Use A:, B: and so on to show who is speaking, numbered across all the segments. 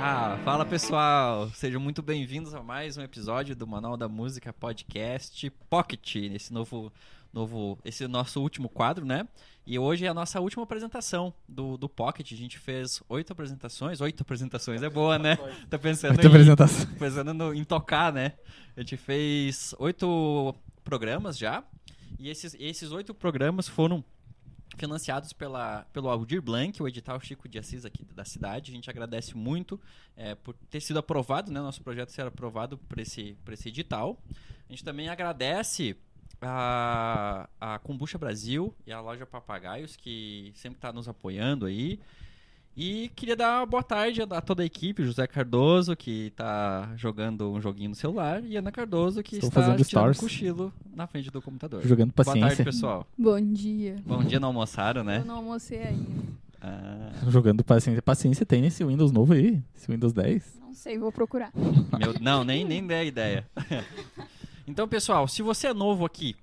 A: Ah, fala pessoal, sejam muito bem-vindos a mais um episódio do Manual da Música Podcast Pocket, nesse novo, novo, esse nosso último quadro, né? E hoje é a nossa última apresentação do, do Pocket. A gente fez oito apresentações, oito apresentações é boa, né? Tô pensando,
B: Muita
A: em,
B: apresentação.
A: pensando no- em tocar, né? A gente fez oito programas já, e esses, esses oito programas foram financiados pela, pelo Aldir Blanc, o edital Chico de Assis aqui da cidade. A gente agradece muito eh, por ter sido aprovado, né? Nosso projeto ser aprovado por esse, por esse edital. A gente também agradece a, a Combucha Brasil e a loja Papagaios, que sempre está nos apoiando aí. E queria dar uma boa tarde a a toda a equipe, José Cardoso, que está jogando um joguinho no celular, e Ana Cardoso, que
B: Estou
A: está
B: fazendo
A: tirando
B: stories.
A: um cochilo na frente do computador.
B: Jogando
A: Boa tarde,
B: paciência.
A: pessoal.
C: Bom dia.
A: Bom dia, não almoçaram,
C: Eu
A: né?
C: não almocei ainda.
A: Ah,
B: Jogando paciência. Paciência tem nesse Windows novo aí? Esse Windows 10?
C: Não sei, vou procurar.
A: meu- não, nem, nem dei a ideia. então, pessoal, se você é novo aqui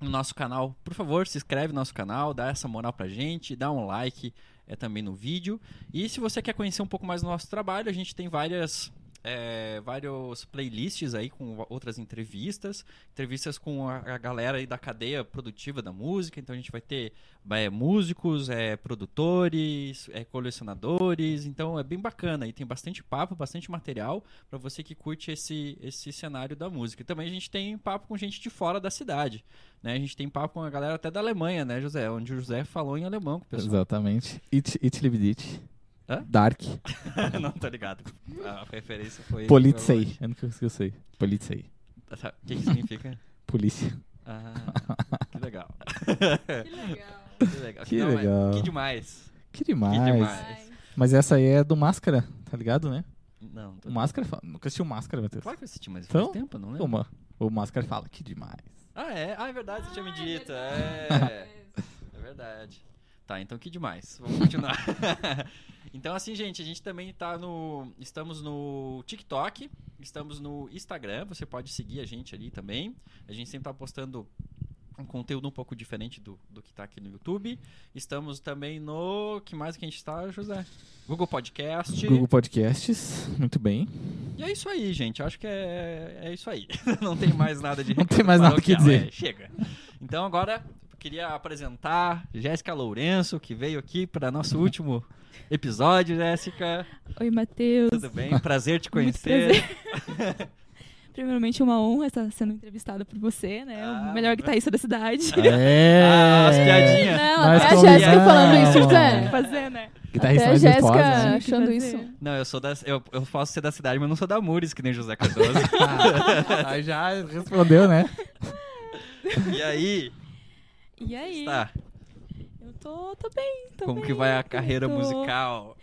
A: no nosso canal, por favor, se inscreve no nosso canal, dá essa moral pra gente, dá um like é, também no vídeo. E se você quer conhecer um pouco mais do nosso trabalho, a gente tem várias. É, vários playlists aí com outras entrevistas, entrevistas com a, a galera aí da cadeia produtiva da música, então a gente vai ter é, músicos, é, produtores, é, colecionadores, então é bem bacana e tem bastante papo, bastante material para você que curte esse, esse cenário da música. E Também a gente tem papo com gente de fora da cidade, né? A gente tem papo com a galera até da Alemanha, né, José? Onde o José falou em alemão com o pessoal.
B: Exatamente. It, it Libdit.
A: Hã?
B: Dark.
A: Não tô ligado. A referência foi.
B: Politsei. Eu não consigo sei. Politsei.
A: O que, que significa?
B: Polícia.
A: Ah, que legal.
C: Que legal.
A: Que legal.
B: Que
A: Não, mas
B: legal.
A: que demais.
B: Que demais.
A: Que demais.
B: Mas essa aí é do Máscara, tá ligado, né?
A: Não, tô...
B: O Máscara fala. Nunca assisti o Máscara, Matheus.
A: Claro que eu assisti, mas faz
B: Então,
A: tempo, não lembro.
B: O, ma- o Máscara fala. Que demais.
A: Ah, é? Ah, é verdade, você tinha me dito. É. É verdade. Tá, então que demais. Vamos continuar. então, assim, gente, a gente também tá no. Estamos no TikTok, estamos no Instagram, você pode seguir a gente ali também. A gente sempre tá postando um conteúdo um pouco diferente do, do que tá aqui no YouTube. Estamos também no. que mais que a gente tá, José? Google Podcast.
B: Google Podcasts. Muito bem.
A: E é isso aí, gente. Acho que é, é isso aí. Não tem mais nada de
B: Não tem mais nada o que
A: paroquial,
B: dizer.
A: é, chega. Então agora queria apresentar Jéssica Lourenço, que veio aqui para nosso último episódio, Jéssica.
D: Oi, Matheus.
A: Tudo bem? Prazer te
D: Muito
A: conhecer.
D: Primeiramente, uma honra estar sendo entrevistada por você, né?
A: Ah,
D: o melhor guitarrista da cidade.
B: É.
A: Ah, as piadinhas.
D: Não,
B: Mas
D: até
C: a
B: como é?
C: Jéssica
B: não?
C: falando isso,
D: tem
A: é?
D: que
C: José.
D: fazer, né?
B: Guitarrista
C: Até a
B: mais virtuosa,
C: Jéssica-
B: né?
D: Tem que
C: achando
D: fazer.
C: isso.
A: Não, eu sou da eu, eu posso ser da cidade, mas não sou da Mures, que nem José Cardoso.
B: Ah, aí já respondeu, né?
A: e aí,
D: E aí?
A: tá.
D: Eu tô, tô bem, É tô
A: Como
D: bem,
A: que vai a carreira
D: tô-
A: musical?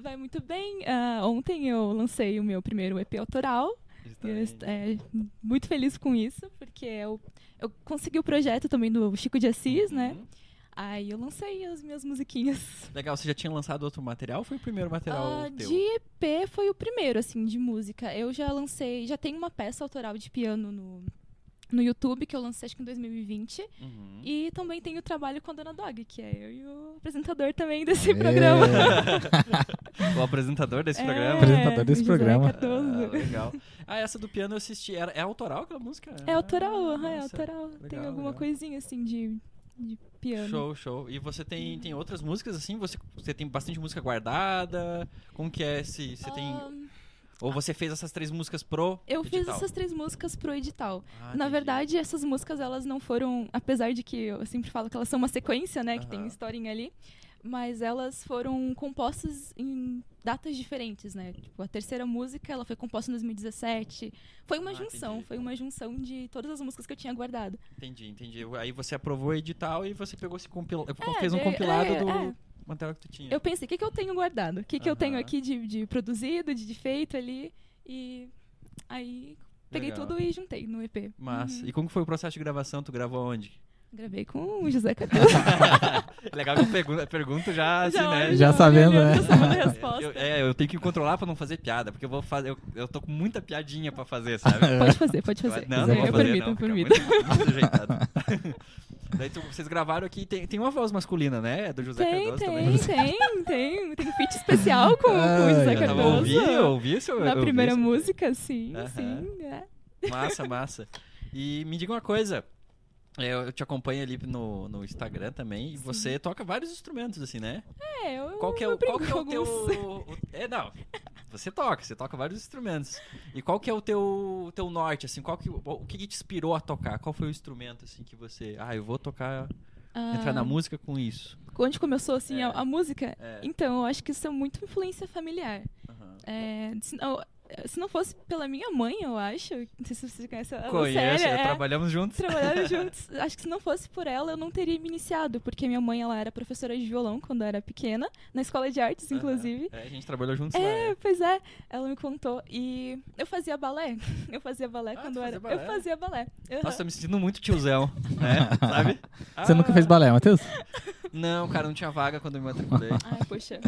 D: Vai muito bem. Ah, ontem eu lancei o meu primeiro EP autoral. E Eu est- é, muito feliz com isso, porque eu, eu consegui o projeto também do Chico de Assis, né?
A: Uhum.
D: Aí eu lancei as minhas musiquinhas.
A: Legal, você já tinha lançado outro material? ou Foi o primeiro material
D: Ah,
A: teu?
D: de EP foi o primeiro, assim, de música. Eu já lancei, já tenho uma peça autoral de piano no, no YouTube, que eu lancei acho que em 2020.
A: Uhum.
D: E também tenho o trabalho com a Dona Dog, que é eu e o apresentador também desse programa.
B: É.
A: O apresentador desse
D: É,
A: programa.
B: Apresentador desse
D: José
B: programa.
A: Ah,
D: Cardoso.
A: legal. Ah, essa do piano eu assisti. Era, é autoral aquela música?
D: É autoral,
A: Ah,
D: aham, é
A: nossa.
D: autoral. tem
A: legal,
D: alguma
A: legal.
D: coisinha assim de, de piano.
A: Show, show. E você tem, tem outras músicas assim? Você, você tem bastante música guardada? Como que é? Se, você tem,
D: Ahn,
A: ou você fez essas três músicas pro
D: eu fiz
A: edital?
D: essas três músicas pro edital.
A: Ah,
D: Na
A: entendi.
D: verdade, essas músicas, elas não foram. Apesar de que eu sempre falo que elas são uma sequência, né? Que tem
A: Aham.
D: historinha ali. Mas elas foram compostas em datas diferentes, né? Tipo, a terceira música, ela foi composta em 2017. Foi uma
A: Ah,
D: junção,
A: entendi.
D: foi uma junção de todas as músicas que eu tinha guardado.
A: Entendi, entendi. Aí você aprovou o edital e você pegou esse compila...
D: É,
A: fez um
D: daí-
A: compilado
D: é,
A: do
D: é.
A: material que tu tinha.
D: Eu pensei, o que, que eu tenho guardado? O que, que eu tenho
A: Aham.
D: aqui de, de produzido, de feito ali? E aí peguei
A: Legal.
D: tudo e juntei no EP.
A: Mas,
D: Uhum.
A: e como que foi o processo de gravação? Tu gravou onde? É
D: Gravei com o José Cardoso.
A: Legal que eu pergun- pergunto já assim, né?
B: olha, Já sabendo, né?
D: né?
A: Eu, é, eu tenho que controlar pra não fazer piada, porque eu vou fazer. Eu, eu tô com muita piadinha pra fazer, sabe?
D: Pode fazer, pode fazer.
A: Não,
B: Zé,
A: não vou
D: eu
A: fazer,
D: permito,
A: não.
D: eu
A: fica
D: permito.
A: Muito, muito ajeitado. Daí tu- vocês gravaram aqui, tem, tem uma voz masculina, né? É do José
D: Tem,
A: Cardoso
D: tem,
A: também.
D: tem, tem. Tem feat especial com, com o
B: Ai,
D: José
A: Eu tava
D: Cardoso.
A: ouvindo, eu ouvi isso. eu
D: Na
A: ouvi
D: primeira
A: isso.
D: música, sim,
A: Aham.
D: sim. é.
A: Massa, massa. E me diga uma coisa. é, Eu te acompanho ali no, no Instagram também. E você toca vários instrumentos, assim, né?
D: É, eu
A: Qual que é o,
D: eu
A: qual que é o
D: brinco
A: teu.
D: alguns.
A: o- é, não. Você toca, você toca vários instrumentos. E qual que é o teu, o teu norte, assim? Qual que, o- o que, que te inspirou a tocar? Qual foi o instrumento, assim, que você. Ah, eu vou tocar. Entrar na
D: Ah,
A: música com isso.
D: Onde começou, assim, a-
A: É.
D: a música?
A: É.
D: Então, eu acho que isso é muito influência familiar.
A: aham.
D: É, se, não, se não fosse pela minha mãe, eu acho. Não sei se você conhece ela.
A: Conheço,
D: sério,
A: é,
D: é,
A: trabalhamos juntos.
D: Trabalharam juntos. Acho que se não fosse por ela, eu não teria me iniciado, porque minha mãe ela era professora de violão quando eu era pequena, na escola de artes, inclusive.
A: Aham. É, a gente trabalhou juntos lá.
D: É, pois é, ela me contou. E eu fazia balé. Eu fazia balé
A: Ah,
D: quando
A: tu
D: eu
A: fazia
D: era.
A: balé? Tá.
D: Eu fazia balé. Aham.
A: Nossa, tô me sentindo muito tiozão, né? Sabe?
B: Você nunca fez
A: Ah,
B: balé, Matheus?
A: Não, cara, não tinha vaga quando eu me matriculei.
D: Ai, poxa.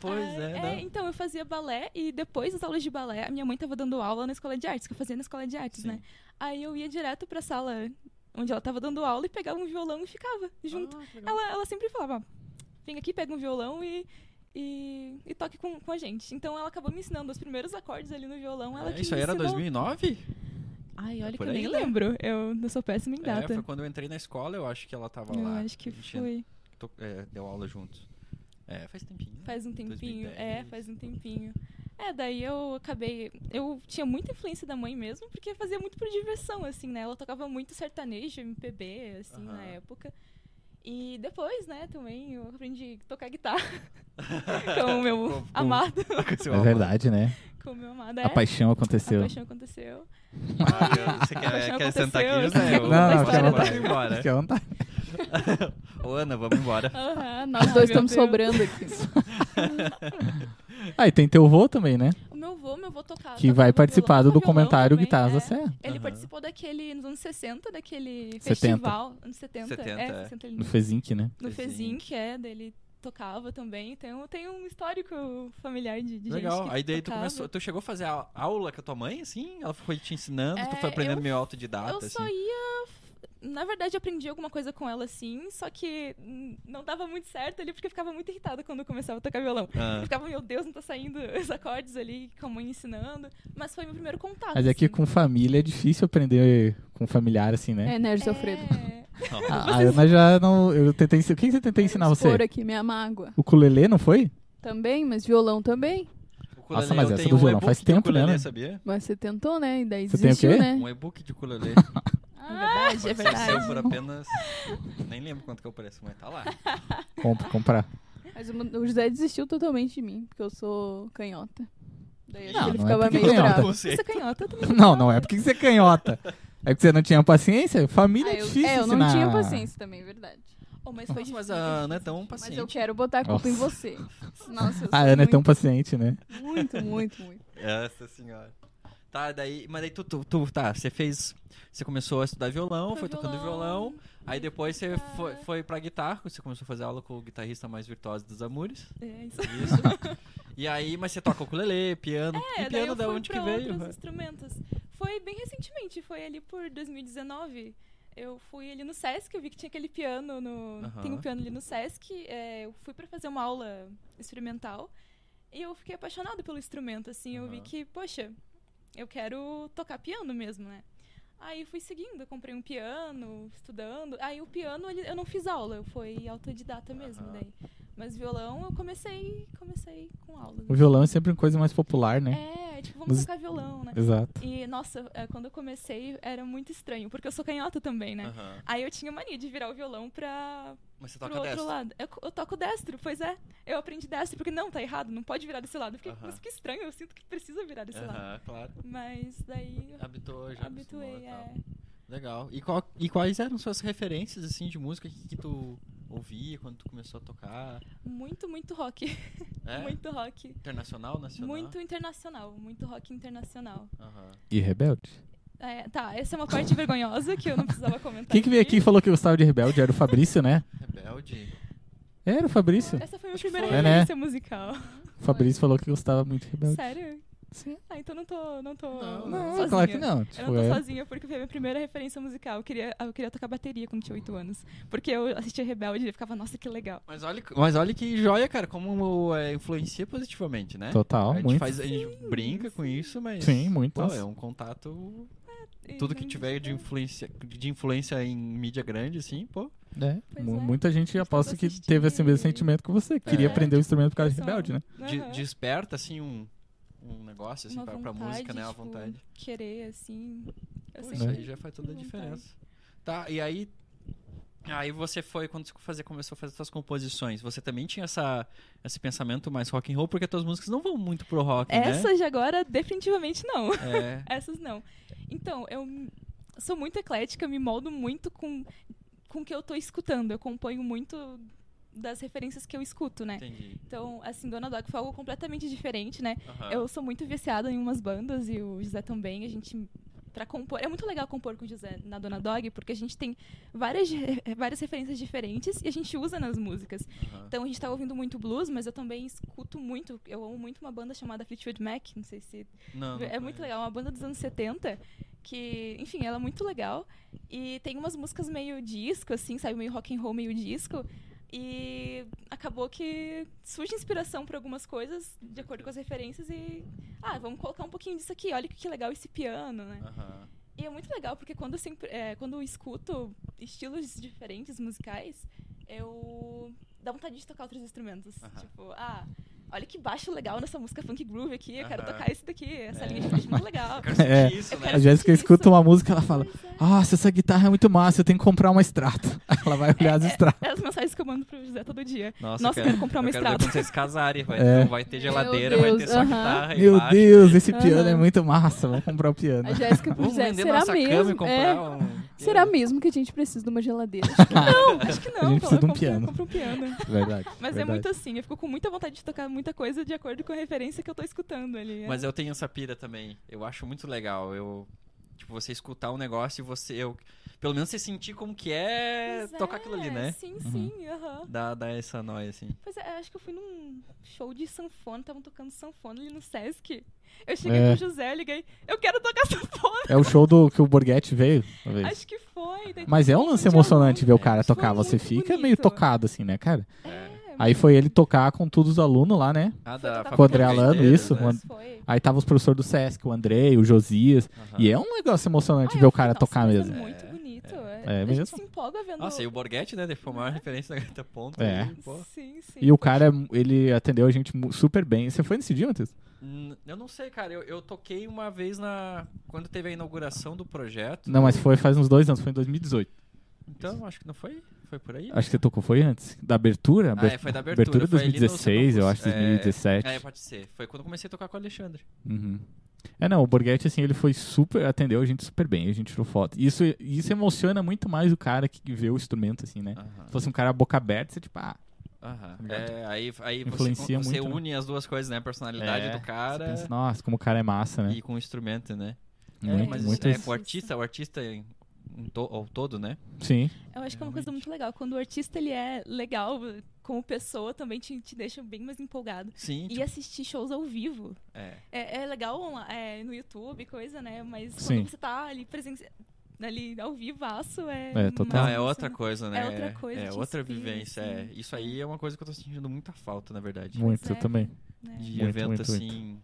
A: pois
D: Ah,
A: é, né?
D: então eu fazia balé e depois das aulas de balé, a minha mãe tava dando aula na escola de artes, que eu fazia na escola de artes,
A: Sim.
D: né? Aí eu ia direto pra sala onde ela tava dando aula e pegava um violão e ficava junto.
A: Ah, legal.
D: ela, ela sempre falava, "Ó, vem aqui, pega um violão e, e, e toque com, com a gente. Então ela acabou me ensinando os primeiros acordes ali no violão. Ela
A: Ah,
D: que
A: isso
D: me
A: aí era
D: ensinou.
A: 2009?
D: Ai, olha que
A: por
D: eu
A: aí,
D: nem
A: né?
D: lembro. Eu, eu sou péssima em
A: É,
D: data.
A: foi quando eu entrei na escola, eu acho que ela tava
D: eu
A: lá.
D: acho que
A: a gente en-
D: foi.
A: to- é, deu aula juntos. É, faz tempinho. né?
D: Faz um tempinho, é,
A: 2010.
D: faz um tempinho. É, daí eu acabei. Eu tinha muita influência da mãe mesmo, porque fazia muito por diversão, assim, né? Ela tocava muito sertanejo, MPB, assim, na
A: Aham.
D: época. E depois, né, também eu aprendi a tocar guitarra com o meu
A: Com- com-
D: amado.
A: Aconteceu
B: É
A: uma-
B: verdade, né?
D: Com o meu amado, é.
B: A paixão
D: A
B: aconteceu.
D: paixão aconteceu.
A: Ah, você
D: A
A: quer,
D: paixão
A: quer sentar aqui,
D: aconteceu,
A: José?
D: né? quer
A: É, Eu-
D: contar a
A: eu-
D: história
A: eu-
D: da-
A: vamos embora.
B: Fica à vontade.
A: Ô, Ana, vamos embora.
C: Nós
D: Aham,
C: dois
D: nossa, meu
C: estamos
D: Deus.
C: sobrando aqui.
B: Ah, e tem teu vô também, né?
D: O meu vô, meu vô
C: Ah,
D: tocava.
C: tá.
B: Que vai
D: tocava
B: participar do
D: violão, tocava
B: documentário
D: violão
B: Guitarras da
D: também, é.
B: Serra.
D: Ele
A: Aham.
D: participou daquele, nos anos 60, daquele
B: 70.
D: festival. Anos 70.
A: 70,
D: é,
A: é.
D: 60
B: No
D: ele,
B: Fezinc, né?
D: no
A: Fezzinc.
D: Fezin, que é, dele tocava também. Então tem um histórico familiar de, de gente.
A: Legal.
D: que
A: Aí daí tu
D: tocava.
A: começou. Tu chegou a fazer a aula com a tua mãe, assim? Ela foi te ensinando, tu
D: É,
A: foi aprendendo
D: eu-
A: meio
D: Eu
A: autodidata,
D: só
A: assim.
D: ia. Na verdade, eu aprendi alguma coisa com ela, sim, só que hum, não dava muito certo ali, porque eu ficava muito irritada quando eu começava a tocar violão.
A: Ah,
D: Eu ficava, meu Deus, não tá saindo os acordes ali, com a mãe ensinando. Mas foi meu primeiro
C: Ah,
D: contato.
B: Mas é que
D: assim.
B: com família é difícil aprender com familiar, assim, né?
C: É, Nerd Alfredo.
D: É,
B: A, a Ana já não. Eu tentei ensinar. O que que você tentou ensinar você?
C: Por aqui, minha mágoa.
B: O culelê, não foi?
C: Também, mas violão também.
A: ukulele,
B: Nossa, mas
A: eu
B: essa
A: tenho
B: do
A: um
B: violão
A: e-book
B: faz
A: de
B: tempo, né,
A: ukulele,
B: Ana?
A: sabia?
C: Mas você tentou, né? E daí
B: Você tem o
C: desistiu,
B: quê?
C: né?
A: Um e-book de ukulele. Um
D: É verdade, é
A: Pode ser seu
D: verdade.
A: por apenas... Nem lembro quanto que é o preço, mas tá lá.
B: Compra, comprar.
C: Mas o o José desistiu totalmente de mim, porque eu sou canhota. Daí acho
B: Não,
C: que ele
B: não é
C: ficava
B: porque
C: meio
B: canhota.
C: bravo.
A: Você
D: Essa canhota eu também.
B: Não, não é porque você é canhota. É porque você não tinha paciência? Família
C: Ah,
B: é
C: eu,
B: difícil.
C: é, eu não
B: ensinar.
C: tinha paciência também, é verdade.
D: Oh, mas foi
A: Nossa, mas a
D: difícil, assim. foi
A: Ana é
D: difícil.
A: tão
C: Mas eu
A: paciente.
C: quero botar a culpa em
B: Nossa.
C: você. Nossa, eu
B: A
C: sou
B: Ana é tão
C: muito,
B: paciente, né?
C: Muito, muito, muito.
A: Essa senhora. Tá, daí. Mas daí tu, tu, tu- tá, você fez. Você começou a estudar violão, foi, tocando violão. Aí depois você
D: guitarra.
A: foi, foi pra guitarra, você começou a fazer aula com o guitarrista mais virtuoso dos Amores.
D: É, isso.
A: Isso. e aí, mas você toca ukulele, piano.
D: É,
A: e
D: daí
A: piano
D: eu
A: da
D: fui
A: onde que
D: pra
A: veio?
D: outros instrumentos. Foi bem recentemente, foi ali por 2019. Eu fui ali no Sesc, eu vi que tinha aquele piano no...
A: Aham.
D: Tem um piano ali no Sesc. é, eu fui pra fazer uma aula experimental. E eu fiquei apaixonada pelo instrumento, assim. Eu vi
A: Aham.
D: que, poxa, eu quero tocar piano mesmo, né? Aí fui seguindo, comprei um piano, estudando. Aí o piano ele- eu não fiz aula, eu fui autodidata mesmo
A: Aham.
D: daí. Mas violão eu comecei, comecei com aula. né?
B: O violão é sempre uma coisa mais popular, né?
D: É, tipo, vamos
B: Mas-
D: tocar violão, né?
B: Exato.
D: E, nossa, é, quando eu comecei era muito estranho, porque eu sou canhota também, né?
A: Aham.
D: Aí eu tinha mania de virar o violão pra,
A: Mas você
D: pro
A: toca
D: outro
A: destro.
D: lado. Eu, eu toco destro, pois é. Eu aprendi destro, porque não, tá errado, não pode virar desse lado. Eu Fiquei,
A: Aham.
D: mas que estranho, eu sinto que precisa virar desse lado.
A: Aham, claro.
D: Mas daí eu
A: Habitou já. acostumou
D: habituei,
A: e tal.
D: é.
A: Legal. E, qual, e quais eram suas referências, assim, de música que, que tu ouvia quando tu começou a tocar?
D: Muito, muito rock.
A: É?
D: Muito rock.
A: Internacional, nacional?
D: Muito internacional, muito rock internacional.
A: Aham.
B: E rebelde?
D: É, tá, essa é uma parte vergonhosa que eu não precisava comentar.
B: Quem que veio aqui e falou que gostava de Rebelde? Era o Fabrício, né?
A: Rebelde.
B: Era o Fabrício.
D: Essa foi a minha primeira
B: foi. É, né?
D: referência musical.
B: O Fabrício falou que gostava muito de Rebelde.
D: Sério?
B: Sim.
D: Ah, então não tô. Não, tô
A: Não,
B: Não,
D: sozinha.
B: claro que não.
D: Eu
B: Tipo,
D: não tô
B: é-
D: sozinha porque foi a minha primeira referência musical. Eu queria, eu queria tocar bateria quando tinha 8 anos. Porque eu assistia Rebelde e ficava, nossa, que legal.
A: Mas olha, mas olha que joia, cara, como é, influencia positivamente, né?
B: Total,
A: a gente
B: muito.
A: faz, a gente brinca com isso, mas
B: Sim, muito.
A: pô,
B: Nossa.
A: é um contato.
D: E
A: Tudo que
D: não-
A: tiver de influência, de influência em mídia grande, assim, pô.
B: É,
D: Pois
B: mu-
D: é.
B: Muita gente
D: Gostava
B: aposta que
D: assistir.
B: teve esse mesmo sentimento que você. Queria
A: É.
B: aprender o instrumento por causa de Rebelde, né?
A: de-
D: Aham.
A: desperta, assim, um, um negócio, assim,
D: Uma
A: pra, pra
D: vontade,
A: música, né? A
D: tipo,
A: vontade.
D: Querer, assim.
A: Pô,
D: Eu sempre
A: isso
B: né?
A: aí já faz toda a
D: Uma vontade.
A: diferença. Tá, e aí. Aí você foi, quando você fazer, começou a fazer suas composições, você também tinha essa, esse pensamento mais rock and roll, porque as tuas músicas não vão muito pro rock, né?
D: Essas de agora, definitivamente não.
A: É,
D: Essas não. Então, eu m- sou muito eclética, me moldo muito com, com o que eu tô escutando. Eu componho muito das referências que eu escuto, né?
A: entendi.
D: Então, assim, Dona Dog foi algo completamente diferente, né?
A: Aham.
D: Eu sou muito viciada em umas bandas e o José também. A gente. Pra compor. É muito legal compor com o José na Dona Dog, porque a gente tem várias, re- várias referências diferentes e a gente usa nas músicas.
A: Aham.
D: Então a gente tá ouvindo muito blues, mas eu também escuto muito. Eu amo muito uma banda chamada Fleetwood Mac, não sei se
A: Não, não
D: é muito
A: conheço.
D: legal, é uma banda dos anos 70 que, enfim, ela é muito legal e tem umas músicas meio disco assim, sabe, meio rock and roll, meio disco. E acabou que surge inspiração para algumas coisas, de acordo com as referências e ah, vamos colocar um pouquinho disso aqui. Olha que legal esse piano, né?
A: Aham.
D: E é muito legal porque quando eu sempre, é, quando eu escuto estilos diferentes musicais, eu dá vontade de tocar outros instrumentos,
A: Aham.
D: tipo, ah, olha que baixo legal nessa música funk groove aqui, eu quero
A: Aham.
D: tocar esse daqui, essa
A: É.
D: linha de baixo é muito legal.
A: Eu quero sentir
B: É.
A: isso,
D: Eu
A: né?
D: quero
B: A Jéssica
D: isso.
B: escuta uma música e ela fala:
D: Pois é.
B: Nossa, essa guitarra é muito massa, eu tenho que comprar uma Strato. Aí ela vai olhar as Strato.
D: É as mensagens que eu mando pro José todo dia.
A: Nossa,
D: Nossa,
A: eu
D: eu
A: quero,
D: quero comprar um uma
A: eu quero ver
D: Strato.
A: quando vocês casarem, vai,
B: É.
A: não vai ter geladeira,
C: Meu
A: vai ter
C: Deus,
A: só
C: aham.
A: guitarra e
B: Meu
A: baixo.
B: Deus, esse piano é
C: Aham.
B: muito massa, vamos comprar o piano.
C: A Jéssica pro
A: né? Vamos
C: José,
A: vender
C: será
A: nossa cama e
C: mesmo?
A: comprar
C: É.
A: um...
C: Será mesmo que a gente precisa de uma geladeira?
D: Não, acho que não.
B: gente
D: eu
B: precisa de um
D: compro-
B: piano.
D: Eu compro um piano.
B: Verdade.
D: Mas é
B: verdade.
D: muito assim, eu fico com muita vontade de tocar muita coisa de acordo com a referência que eu tô escutando ali.
A: Mas eu tenho essa pira também. Eu acho muito legal. Eu. Tipo, você escutar um negócio e você. Eu, pelo menos você sentir como que é
D: Pois
A: tocar
D: é,
A: aquilo ali, né?
D: Sim, sim, aham.
A: Dá, dá essa noia, assim.
D: Pois é, acho que eu fui num show de sanfona, estavam tocando sanfona ali no Sesc. Eu cheguei
B: É.
D: pro José, eu liguei, eu quero tocar sanfona.
B: É o show do que o Borghetti veio, uma vez.
D: Acho que foi. daí
B: Mas é um
D: todo
B: lance
D: mundo de
B: emocionante ver o cara
A: É,
B: tocar.
D: foi
B: Você
D: muito
B: fica
D: bonito.
B: meio tocado, assim, né, cara?
A: É.
D: aluno.
B: Aí foi ele tocar com todos os alunos lá, né?
A: Ah,
D: Foi
A: da
D: tocar
A: Fábrica de
B: quadrilando
A: Doideiras,
B: isso,
A: né?
B: mano.
D: Foi.
B: Aí tava os professores do Sesc, o Andrei, o Josias.
A: né? Aham.
B: E é um negócio emocionante
D: Ah,
B: ver
D: eu
B: o cara
D: falei, "Nossa,
B: tocar
D: mas
B: mesmo.
D: É muito bonito. É,
B: É
D: A
B: mesmo.
D: gente se empolga vendo.
A: Nossa, e o Borghetti, né? Foi a maior referência da Gata Ponta.
B: É.
A: ali, pô.
D: Sim, sim.
B: E o cara, ele atendeu a gente mu- super bem. Você foi nesse dia, Matheus?
A: Hum, Eu não sei, cara. Eu, eu toquei uma vez na. Quando teve a inauguração do projeto.
B: Não, mas foi faz uns dois anos, foi em 2018.
A: Então, acho que não foi? Foi por aí?
B: Acho que você tocou, foi antes? Da abertura?
A: Ah, é, foi da abertura,
B: Abertura
A: foi ali no
B: 2016, eu acho,
A: Santa Cruz. É,
B: 2017.
A: É, pode ser. Foi quando eu comecei a tocar com o Alexandre.
B: Uhum. É, não, o Borghetti, assim, ele foi super, atendeu a gente super bem, a gente tirou foto. Isso, isso emociona muito mais o cara que vê o instrumento, assim, né?
A: Aham.
B: Se fosse um cara boca aberta, você tipo, ah,
A: Aham.
B: Tá ligado?
A: É, aí aí você,
B: Influencia
A: você
B: muito, né?
A: une as duas coisas, né? A personalidade
B: É,
A: do
B: você
A: cara
B: pensa, nossa, como o cara é massa, né?
A: e com o instrumento, né? é,
B: muito,
A: mas
B: muito.
A: é,
D: isso.
A: o artista, o artista em, em to- ao todo, né?
B: Sim,
D: Eu acho que é uma
A: Realmente.
D: coisa muito legal. Quando o artista ele é legal como pessoa, também te, te deixa bem mais empolgado.
A: Sim,
D: E assistir shows ao vivo.
A: Tipo é.
D: É, é legal é, no YouTube, coisa, né? Mas
B: Sim.
D: quando você tá ali presencia... ali ao vivaço, é.
B: É, total.
A: Não,
D: mais
A: é outra
D: emocionante.
A: coisa, né?
D: É outra coisa,
A: É
D: te
A: outra
D: inspira,
A: vivência. é. Isso aí é uma coisa que eu tô sentindo muita falta, na verdade.
B: muito
D: é.
B: também.
A: De
B: Muito,
A: evento
B: muito,
A: assim.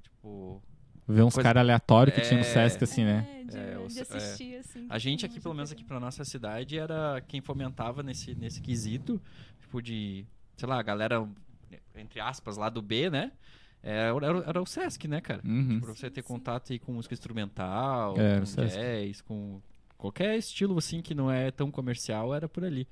A: Tipo.
B: Ver uns
A: Coisa-
B: caras aleatórios que tinha no
A: É.
B: Sesc, assim, né?
D: É, de,
A: É, eu
D: de
A: sei- é.
D: assistir, assim.
A: A gente
B: Uhum.
D: com
A: aqui, pelo menos aqui
D: legal.
A: pra nossa cidade, era quem fomentava nesse, nesse quesito, tipo de, sei lá, a galera, entre aspas, lá do B, né? É, Era, era, o Sesc, né, cara?
B: Uhum.
A: Pra você ter
D: Sim.
A: contato aí com música instrumental,
B: É, era
A: com
B: o Sesc.
A: jazz, com qualquer estilo assim que não é tão comercial, era por ali.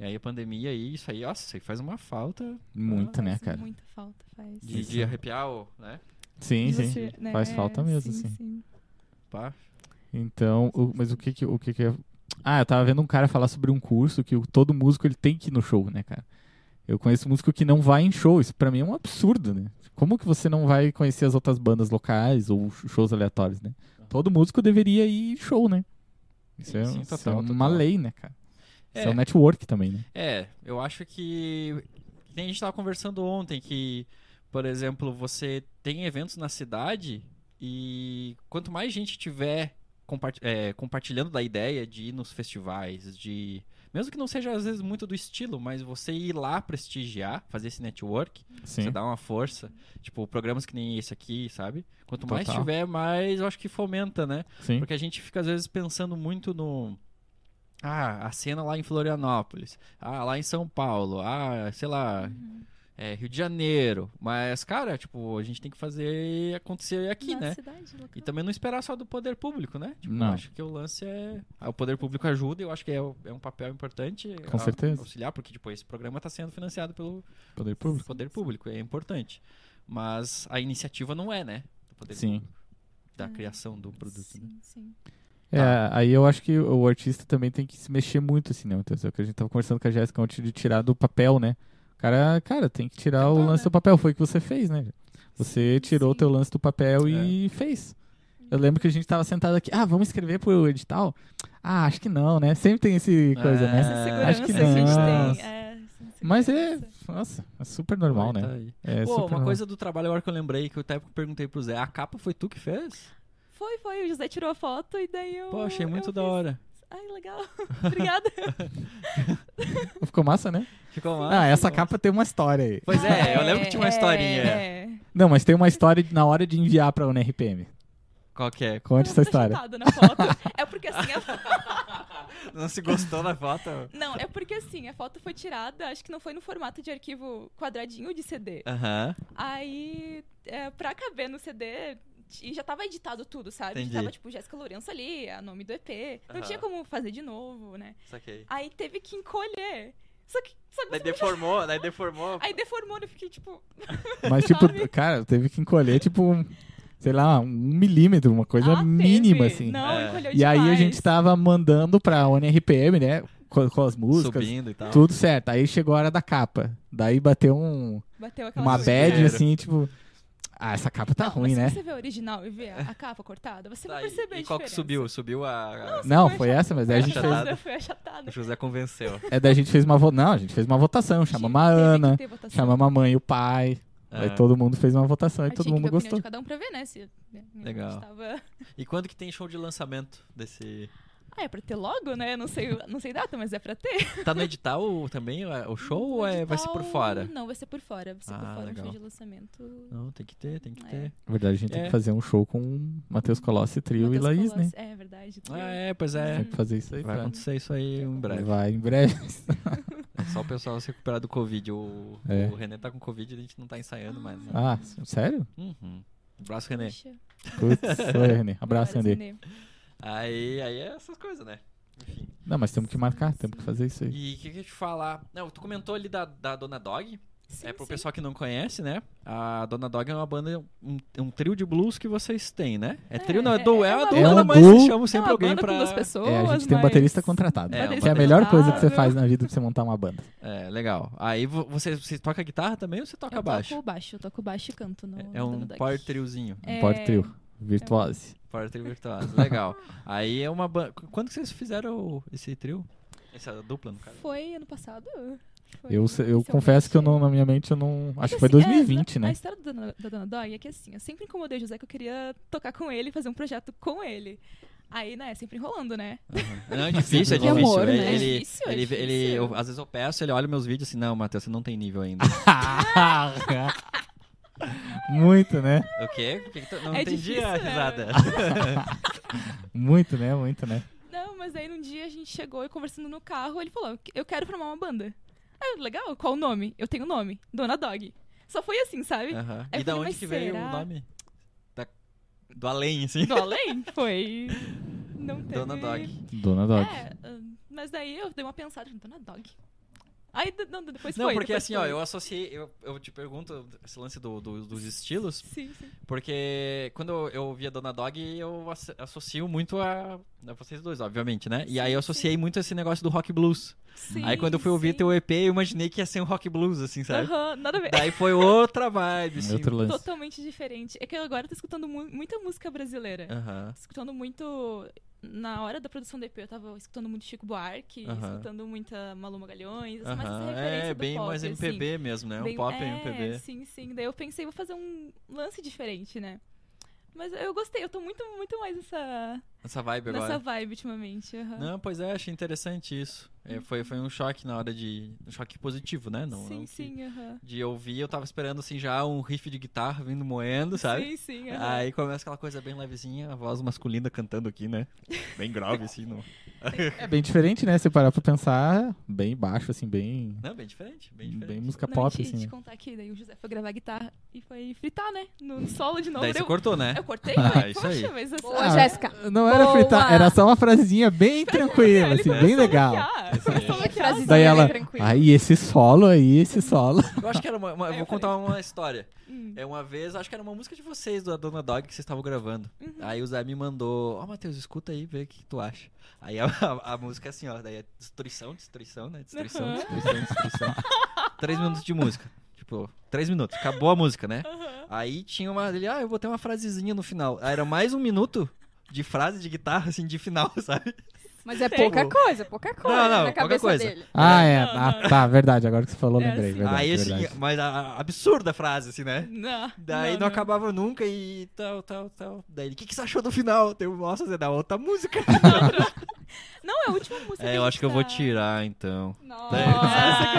A: E aí a pandemia aí, isso aí, nossa, isso aí faz uma falta
B: Muito, né,
D: Faz
B: cara?
D: Muita falta, faz.
A: de,
B: Isso.
A: de arrepiar, o- né?
B: Sim,
D: De
B: sim.
D: você, né,
B: Faz
D: é,
B: falta mesmo, assim.
D: sim.
A: Pá.
B: Então, o- mas o que que, o que que é... Ah, eu tava vendo um cara falar sobre um curso que o- todo músico ele tem que ir no show, né, cara? Eu conheço músico que não vai em show, isso pra mim é um absurdo, né? Como que você não vai conhecer as outras bandas locais ou sh- shows aleatórios, né? todo músico deveria ir em show, né? Isso é,
A: Sim,
B: isso
A: total,
B: é uma
A: total.
B: lei, né, cara? Isso é
A: É.
B: um network também, né?
A: É, eu acho que. que nem A gente estava conversando ontem que, por exemplo, você tem eventos na cidade e quanto mais gente tiver comparti- é, compartilhando da ideia de ir nos festivais, de. Mesmo que não seja às vezes muito do estilo, mas você ir lá prestigiar, fazer esse network, você
B: Sim.
A: dá uma força. Tipo, programas que nem esse aqui, sabe? Quanto mais
B: Total.
A: tiver, mais eu acho que fomenta, né?
B: Sim.
A: Porque a gente fica, às vezes, pensando muito no. Ah, a cena lá em Florianópolis. Ah, lá em São Paulo. Ah, sei lá. é, Rio de Janeiro. Mas, cara, tipo, a gente tem que fazer acontecer aqui,
D: Na
A: né?
D: cidade, local.
A: E também não esperar só do poder público, né? Tipo,
B: Não.
A: eu acho que o lance é. ah, O poder público ajuda, eu acho que é, o- é um papel importante.
B: Com
A: a-
B: certeza.
A: Auxiliar, porque, tipo, esse programa está sendo financiado pelo
B: Poder público.
A: é poder público, é importante. Mas a iniciativa não é, né? Do poder
B: Sim.
A: público, Da criação do produto. né?
D: Sim, sim.
B: É, aí eu acho que o artista também tem que se mexer muito, assim, né? Então, é o que a gente tava conversando com a Jéssica ontem de tirar do papel, né? O cara, cara, tem que tirar o
D: Total,
B: lance
D: né?
B: do papel. Foi o que você fez, né? Você
D: Sim,
B: tirou o
D: sim.
B: teu lance do papel e fez. Eu lembro que a gente tava sentado aqui. Ah, vamos escrever pro edital? Ah, acho que não, né? Sempre tem esse coisa,
A: É,
B: né?
D: Essa segurança
B: acho que
D: a
B: não.
D: gente tem. É, essa
B: Mas é,
D: segurança.
B: nossa, é super normal,
A: Vai, tá
B: né?
A: aí.
B: É
A: Pô,
B: super
A: uma
B: normal.
A: coisa do trabalho agora que eu lembrei, que eu até perguntei pro Zé, a capa foi tu que fez?
D: Foi, foi. O José tirou a foto e daí eu.
A: Pô, achei muito
D: eu
A: da
D: fiz.
A: hora.
D: Ai, legal. Obrigada.
B: Ficou massa, né?
A: Ficou massa.
B: Ah, essa
A: ficou
B: capa tem uma história aí.
A: massa. Pois é, eu lembro que tinha uma
D: É,
A: historinha.
D: É.
B: Não, mas tem uma história de- na hora de enviar pra UNRPM.
A: Qual que é?
B: Conte
D: Eu
B: essa
D: vou ficar
B: história.
D: chutada na foto. É porque assim, a...
A: Não se gostou da foto?
D: não, é porque assim, a foto foi tirada, acho que não foi no formato de arquivo quadradinho de CD.
A: Aham.
D: Aí, é, pra caber no CD, t- e já tava editado tudo, sabe?
A: Entendi.
D: Já tava, tipo, Jéssica Lourenço ali, a nome do EP. Não
A: Aham.
D: tinha como fazer de novo, né?
A: Saquei.
D: Aí teve que encolher. Só que, sabe?
A: Daí deformou, daí deformou.
D: Aí deformou, eu fiquei, tipo,
B: Mas, tipo,
D: Sabe?
B: cara, teve que encolher, tipo, um, sei lá, um milímetro, uma coisa
D: ah,
B: mínima,
D: teve.
B: assim.
D: Não,
A: É.
D: encolheu
B: e aí a
D: demais.
B: gente tá tava mandando pra ONRPM, né? Com, com as músicas,
A: Subindo e tal.
B: tudo certo. Aí chegou a hora da capa. Daí bateu um,
D: Bateu aquela
B: uma
A: zoeira.
B: bad,
A: Dinheiro.
B: assim, tipo. Ah, essa capa tá
D: Não,
B: ruim,
D: mas
B: né?
D: Se você ver a original e ver a, a capa cortada, você
A: Tá,
D: vai
A: e-
D: perceber
A: e
D: a
A: qual que
D: diferença.
A: subiu? Subiu a... a-
B: Não,
D: foi
B: foi essa, mas
D: Foi
B: daí a gente
A: achatada.
B: fez.
D: achatada, foi achatada.
A: O José convenceu.
B: É, daí a gente fez uma vo... Não, a gente fez uma votação, chamamos a
D: Teve que
B: Ana,
D: ter votação.
B: chamamos a mãe e o pai. Aí
A: Ah.
B: todo mundo fez uma votação e
D: Aí
B: todo
D: tinha que ver
B: mundo
D: a opinião
B: gostou.
D: de cada um pra ver, né? Se, né,
A: Legal.
D: a gente tava-
A: E quando que tem show de lançamento desse...
D: Ah, é pra ter logo, né? Eu não sei, não sei data, mas é pra ter.
A: Tá no edital também é, o show ou é, vai ser por
D: Edital-
A: fora?
D: Não, vai ser por fora. Vai ser por
A: Ah,
D: fora
A: legal.
D: um show de lançamento.
A: Não, tem que ter, tem que
D: É.
A: ter.
B: Na verdade, a gente tem
A: É.
B: que fazer um show com Matheus Colossi, Trio
D: Matheus
B: e Laís, né?
D: Colossi. É verdade. trio.
A: Ah, é, pois
B: É.
A: é.
B: Tem que fazer isso aí
A: Vai
B: pra...
A: acontecer isso aí em breve.
B: Vai em breve.
A: É só o pessoal se recuperar do Covid. O,
B: É.
A: o René tá com Covid e a gente não tá ensaiando mais. Né?
B: Ah, sério?
A: Uhum. Abraço, René.
D: Puxa,
B: Putz, oi, René. Abraço,
D: vários,
B: René.
A: Aí, aí é essas coisas, né? Enfim.
B: Não, mas temos que marcar, temos que fazer isso aí.
A: E o que, que eu ia te falar? Não, tu comentou ali da, da Dona Dog.
D: Sim,
A: é pro
D: sim.
A: pessoal que não conhece, né? A Dona Dog é uma banda, um, um trio de blues que vocês têm, né? É,
D: É,
A: trio, não, é
D: é-
A: duo, é,
D: é
A: a
D: uma
A: dupla,
B: banda.
A: mas
B: É um
A: eu
B: duo.
A: chamo
D: É
A: sempre
D: uma
A: alguém
D: banda
A: pra...
D: com duas pessoas,
B: É, a gente tem um
D: mas-
B: baterista contratado.
A: É, um
B: que é a
D: baterista
B: melhor coisa que você
D: contratado.
B: faz na vida pra você montar uma banda.
A: É, legal. Aí vo- você, você toca guitarra também ou você toca
D: Eu
A: baixo?
D: toco baixo, eu toco baixo e canto no É,
A: É um power triozinho.
B: Um Power trio. Virtuose.
A: Power Trio Virtuosa, legal. Aí é uma banda. Quando que vocês fizeram o- esse trio? Essa dupla, no caso?
D: Foi ano passado? Foi
B: Eu, eu
D: esse é
B: confesso que eu
D: ano.
B: não, na minha mente, eu não.
D: É
B: Acho que foi
D: assim, é,
B: 2020,
D: a- A
B: né?
D: história da dona, da dona Dói é que assim, eu sempre incomodei o José que eu queria tocar com ele, fazer um projeto com ele. Aí, né, sempre enrolando, né?
A: Não, é difícil, é
B: De
A: difícil.
C: amor,
A: ele,
C: né?
A: ele,
D: É difícil, é
A: ele,
D: difícil.
A: ele- eu- às vezes eu peço, ele olha meus vídeos assim, não, Matheus, você não tem nível ainda.
B: Muito, né?
A: o quê? Por que que tu- Não
D: É
A: entendi a
D: difícil, né?
A: risada.
B: Muito, né? Muito, né?
D: Não, mas aí num dia a gente chegou e conversando no carro, ele falou: Eu quero formar uma banda. Ah, legal, qual o nome? Eu tenho o nome, Dona Dog. Só foi assim, sabe?
A: Aham.
D: Eu
A: E da
D: falei,
A: onde
D: mas
A: que veio o
D: será?
A: nome? Da- Do além, assim.
D: Do além, foi. Não teve...
A: Dona Dog.
B: Dona Dog.
D: É, ah, mas daí eu dei uma pensada, Dona Dog. Aí d- não, depois
A: Não,
D: foi.
A: porque
D: depois
A: assim, ó,
D: foi.
A: eu associei, eu, eu te pergunto esse lance do- do- dos estilos,
D: Sim, sim.
A: Porque quando eu ouvia Dona Dog, eu asso- associo muito a, a vocês dois, obviamente, né? E aí eu associei muito esse negócio do rock blues.
D: Sim,
A: Aí quando eu fui ouvir
D: sim.
A: teu EP, eu imaginei que ia ser um rock blues, assim, sabe?
D: Aham, nada a ver.
A: Daí foi outra vibe, assim.
B: Um Outro lance.
D: Totalmente diferente. É que eu agora tô escutando mu- muita música brasileira.
A: Aham.
D: Tô escutando muito. Na hora da produção do EP, eu tava escutando muito Chico Buarque,
A: Aham.
D: escutando muita Malu Magalhães, mais essa
A: Aham.
D: referência
A: É,
D: do
A: bem
D: pop,
A: mais
D: assim.
A: MPB mesmo, né?
D: Bem-
A: um pop
D: é,
A: MPB.
D: Sim, sim. Daí eu pensei, vou fazer um lance diferente, né? Mas eu gostei, eu tô muito, muito mais nessa,
A: Essa vibe
D: nessa
A: agora.
D: vibe ultimamente. aham.
A: Não, pois é, achei interessante isso. É, foi, foi um choque na hora de. Um choque positivo, né? Não,
D: sim,
A: não que-
D: sim, aham.
A: De ouvir, eu tava esperando assim já um riff de guitarra vindo moendo, sabe?
D: Sim, sim, aham.
A: Aí começa aquela coisa bem levezinha, a voz masculina cantando aqui, né? Bem grave, assim. Não,
B: É bem diferente, né? Se parar pra pensar, bem baixo, assim, bem.
A: não bem diferente, bem
B: Bem,
A: diferente.
B: música
D: Não,
B: pop,
D: e te,
B: assim.
D: te
B: né?
D: contar que daí o José foi gravar guitarra e foi fritar, né? No solo de novo.
A: Daí
D: daí
A: você
D: eu,
A: cortou, né?
D: eu cortei,
A: Ah,
D: falei,
A: isso
D: poxa,
A: aí.
D: mas essa...
C: Boa, Jéssica.
B: Não era
C: Boa!
B: fritar, era só uma frasinha bem tranquila,
D: Ele
B: assim,
D: começou
B: bem
D: a
B: legal.
A: Isso
D: maquiar,
A: aí.
D: começou a
C: Que
D: maquiar.
C: frasezinha
B: Daí
C: bem
B: ela.
C: tranquila.
B: Aí, esse solo aí, esse solo.
A: Eu acho que era uma. uma- eu
D: Aí
A: vou
D: eu
A: contar uma história.
D: Hum.
A: É uma vez, acho que era uma música de vocês, da Dona Dog, que vocês estavam gravando. Aí o Zé me mandou, ó, Matheus, escuta aí, vê o que, que tu acha. Aí a, a- a música é assim, ó, daí é destruição, destruição, né? Destruição,
D: Aham.
A: destruição, destruição. três minutos de música. Tipo, três minutos. Acabou a música, né? Aí tinha uma. Ele, ah, eu botei uma frasezinha no final. Aí era mais um minuto de frase de guitarra, assim, de final, sabe?
C: Mas é pouca
A: Não,
C: coisa, pouca coisa
A: não,
C: na
A: pouca
C: cabeça
A: coisa.
C: dele.
B: Ah, é.
D: Não,
B: Ah,
D: não.
B: tá, verdade. Agora que você falou,
D: É
B: lembrei.
D: assim.
B: Verdade,
A: aí, assim,
B: verdade.
A: mas a, a absurda frase, assim, né?
D: Não,
A: Daí não,
D: não. né?
A: acabava nunca e tal, tal, tal. Daí ele, o que, que você achou do final? Tem nossa, Zé, da outra música.
D: Não, é a última música
A: É,
D: que
A: eu
D: a
A: acho
D: gente
A: que eu vou
D: tá-
A: tirar, então.
C: Nossa,
D: Ah,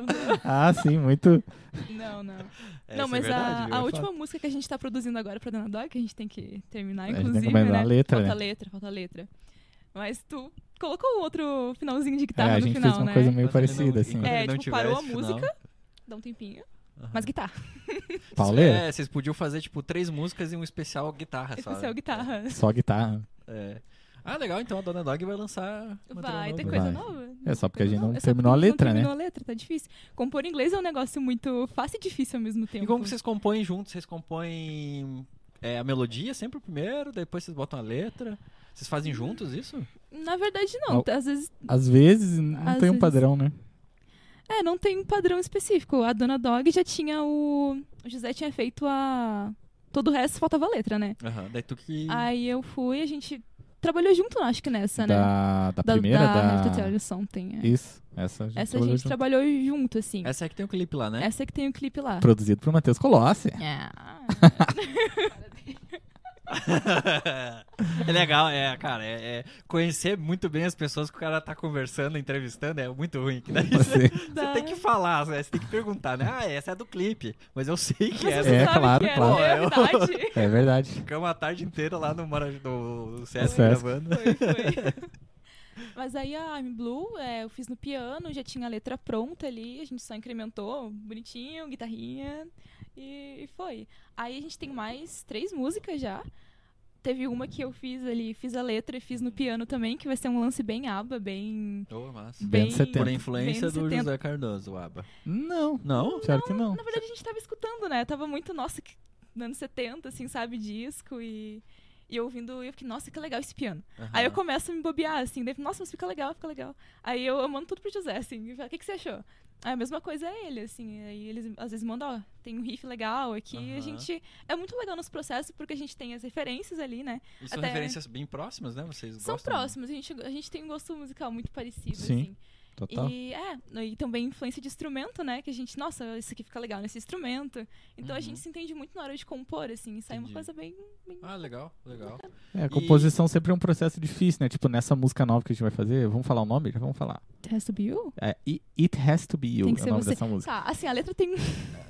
C: coitado.
B: Ah, sim, muito.
D: Não, não.
A: Essa é
D: não, mas
A: verdade, viu?
D: a, a
A: É
D: última
A: fato.
D: música que a gente tá produzindo agora pra Dona Dói, que a gente tem que terminar,
B: A gente tem que
D: inclusive,
B: combinar
D: né?
B: a letra, né?
D: falta letra, falta letra. Mas tu colocou outro finalzinho de
B: É,
D: guitarra
B: a
D: no
B: gente
D: final,
B: fez uma
D: né?
B: coisa meio
A: Enquanto ele não-
B: parecida, assim.
A: enquanto
D: É,
A: ele não
D: tipo, parou
A: tivesse
D: a
A: final.
D: Dá um tempinho.
A: Aham.
D: Mas guitarra.
B: Pauleira?
A: É, vocês podiam fazer, tipo, três músicas e um especial guitarra, sabe?
D: Especial guitarra.
B: Só guitarra.
A: É. Ah, legal, então a Dona Dog vai lançar. material
D: Vai ter
A: novo.
B: Vai.
D: coisa nova.
B: É só porque a gente
D: Coisa
B: não
D: nova. É só
B: terminou a
D: porque
B: letra,
D: não
B: né?
D: Terminou a letra, tá difícil. Compor em inglês é um negócio muito fácil e difícil ao mesmo tempo.
A: E como que vocês compõem juntos? Vocês compõem é, a melodia sempre primeiro, depois vocês botam a letra. Vocês fazem juntos isso?
D: Na verdade, não. Tá, Às vezes,
B: Às vezes não
D: Às
B: tem um
D: vezes.
B: padrão, né?
D: é, não tem um padrão específico. A Dona Dog já tinha o... O José tinha feito a... Todo o resto faltava a letra, né?
A: Aham, daí tu que.
D: Aí eu fui, a gente trabalhou junto, acho que nessa, né?
B: Da, da primeira, da.
D: Hamilton Theory Something, é.
B: Isso. Essa a gente,
D: Essa a
B: trabalhou
D: gente
B: junto.
D: trabalhou junto, assim.
A: Essa é que tem o clipe lá, né?
D: Essa que tem o clipe lá.
B: Produzido por Matheus Colossi.
A: é legal, é, cara. É, é conhecer muito bem as pessoas que o cara tá conversando, entrevistando, é muito ruim. Que daí você,
B: Você-
A: você tem que falar, né? você tem que perguntar, né? Ah, essa é do clipe, mas eu sei que
D: Mas
A: é.
D: você
B: É,
A: né?
D: sabe
B: claro,
D: que é,
B: claro.
D: né? É verdade.
B: É verdade.
A: Ficamos a tarde inteira lá no, Mara... no Sesc
B: Sesc.
A: gravando.
D: Foi, foi. Mas aí a I'm Blue, é, eu fiz no piano, já tinha a letra pronta ali, a gente só incrementou, bonitinho, guitarrinha, e, e foi. Aí a gente tem mais três músicas já. Teve uma que eu fiz ali, fiz a letra e fiz no piano também, que vai ser um lance bem aba, bem.
A: Ô, massa.
B: Bem
D: bem
B: anos 70.
A: Por
B: Bem
A: influência
D: anos
A: do
D: 70.
A: José Cardoso, o Aba.
B: Não.
A: Não?
B: Claro que não.
D: Na verdade a gente tava escutando, né? Tava muito, nossa, que, nos anos 70, assim, sabe, disco e. E eu ouvindo, e eu fiquei, nossa, que legal esse piano.
A: Ah.
D: Aí eu começo a me bobear, assim, daí, nossa, mas fica legal, fica legal. Aí eu, eu mando tudo pro José, assim, e falo, o que, que você achou? Aí a mesma coisa é ele, assim, aí eles às vezes mandam, ó, tem um riff legal aqui,
A: Aham.
D: a gente... É muito legal nos processos, porque a gente tem as referências ali, né?
A: E são
D: até-
A: referências bem próximas, né? Vocês
D: São
A: gostam?
D: próximos, a gente, a gente tem um gosto musical muito parecido,
B: Sim.
D: assim.
B: Total.
D: E, é, e também influência de instrumento, né? Que a gente, nossa, isso aqui fica legal nesse instrumento. Então a
A: Uhum.
D: gente se entende muito na hora de compor, assim, sai
A: Entendi.
D: uma coisa bem... bem...
A: Ah, legal, legal.
B: É, a composição sempre é um processo difícil, né? Tipo, nessa música nova que a gente vai fazer, vamos falar o nome? Já vamos falar.
D: Has to be you?
B: É, I- It Has To Be You
D: Tem
B: é
D: que
B: o
D: ser
B: nome
D: você.
B: dessa música.
D: Tá, assim, a letra tem...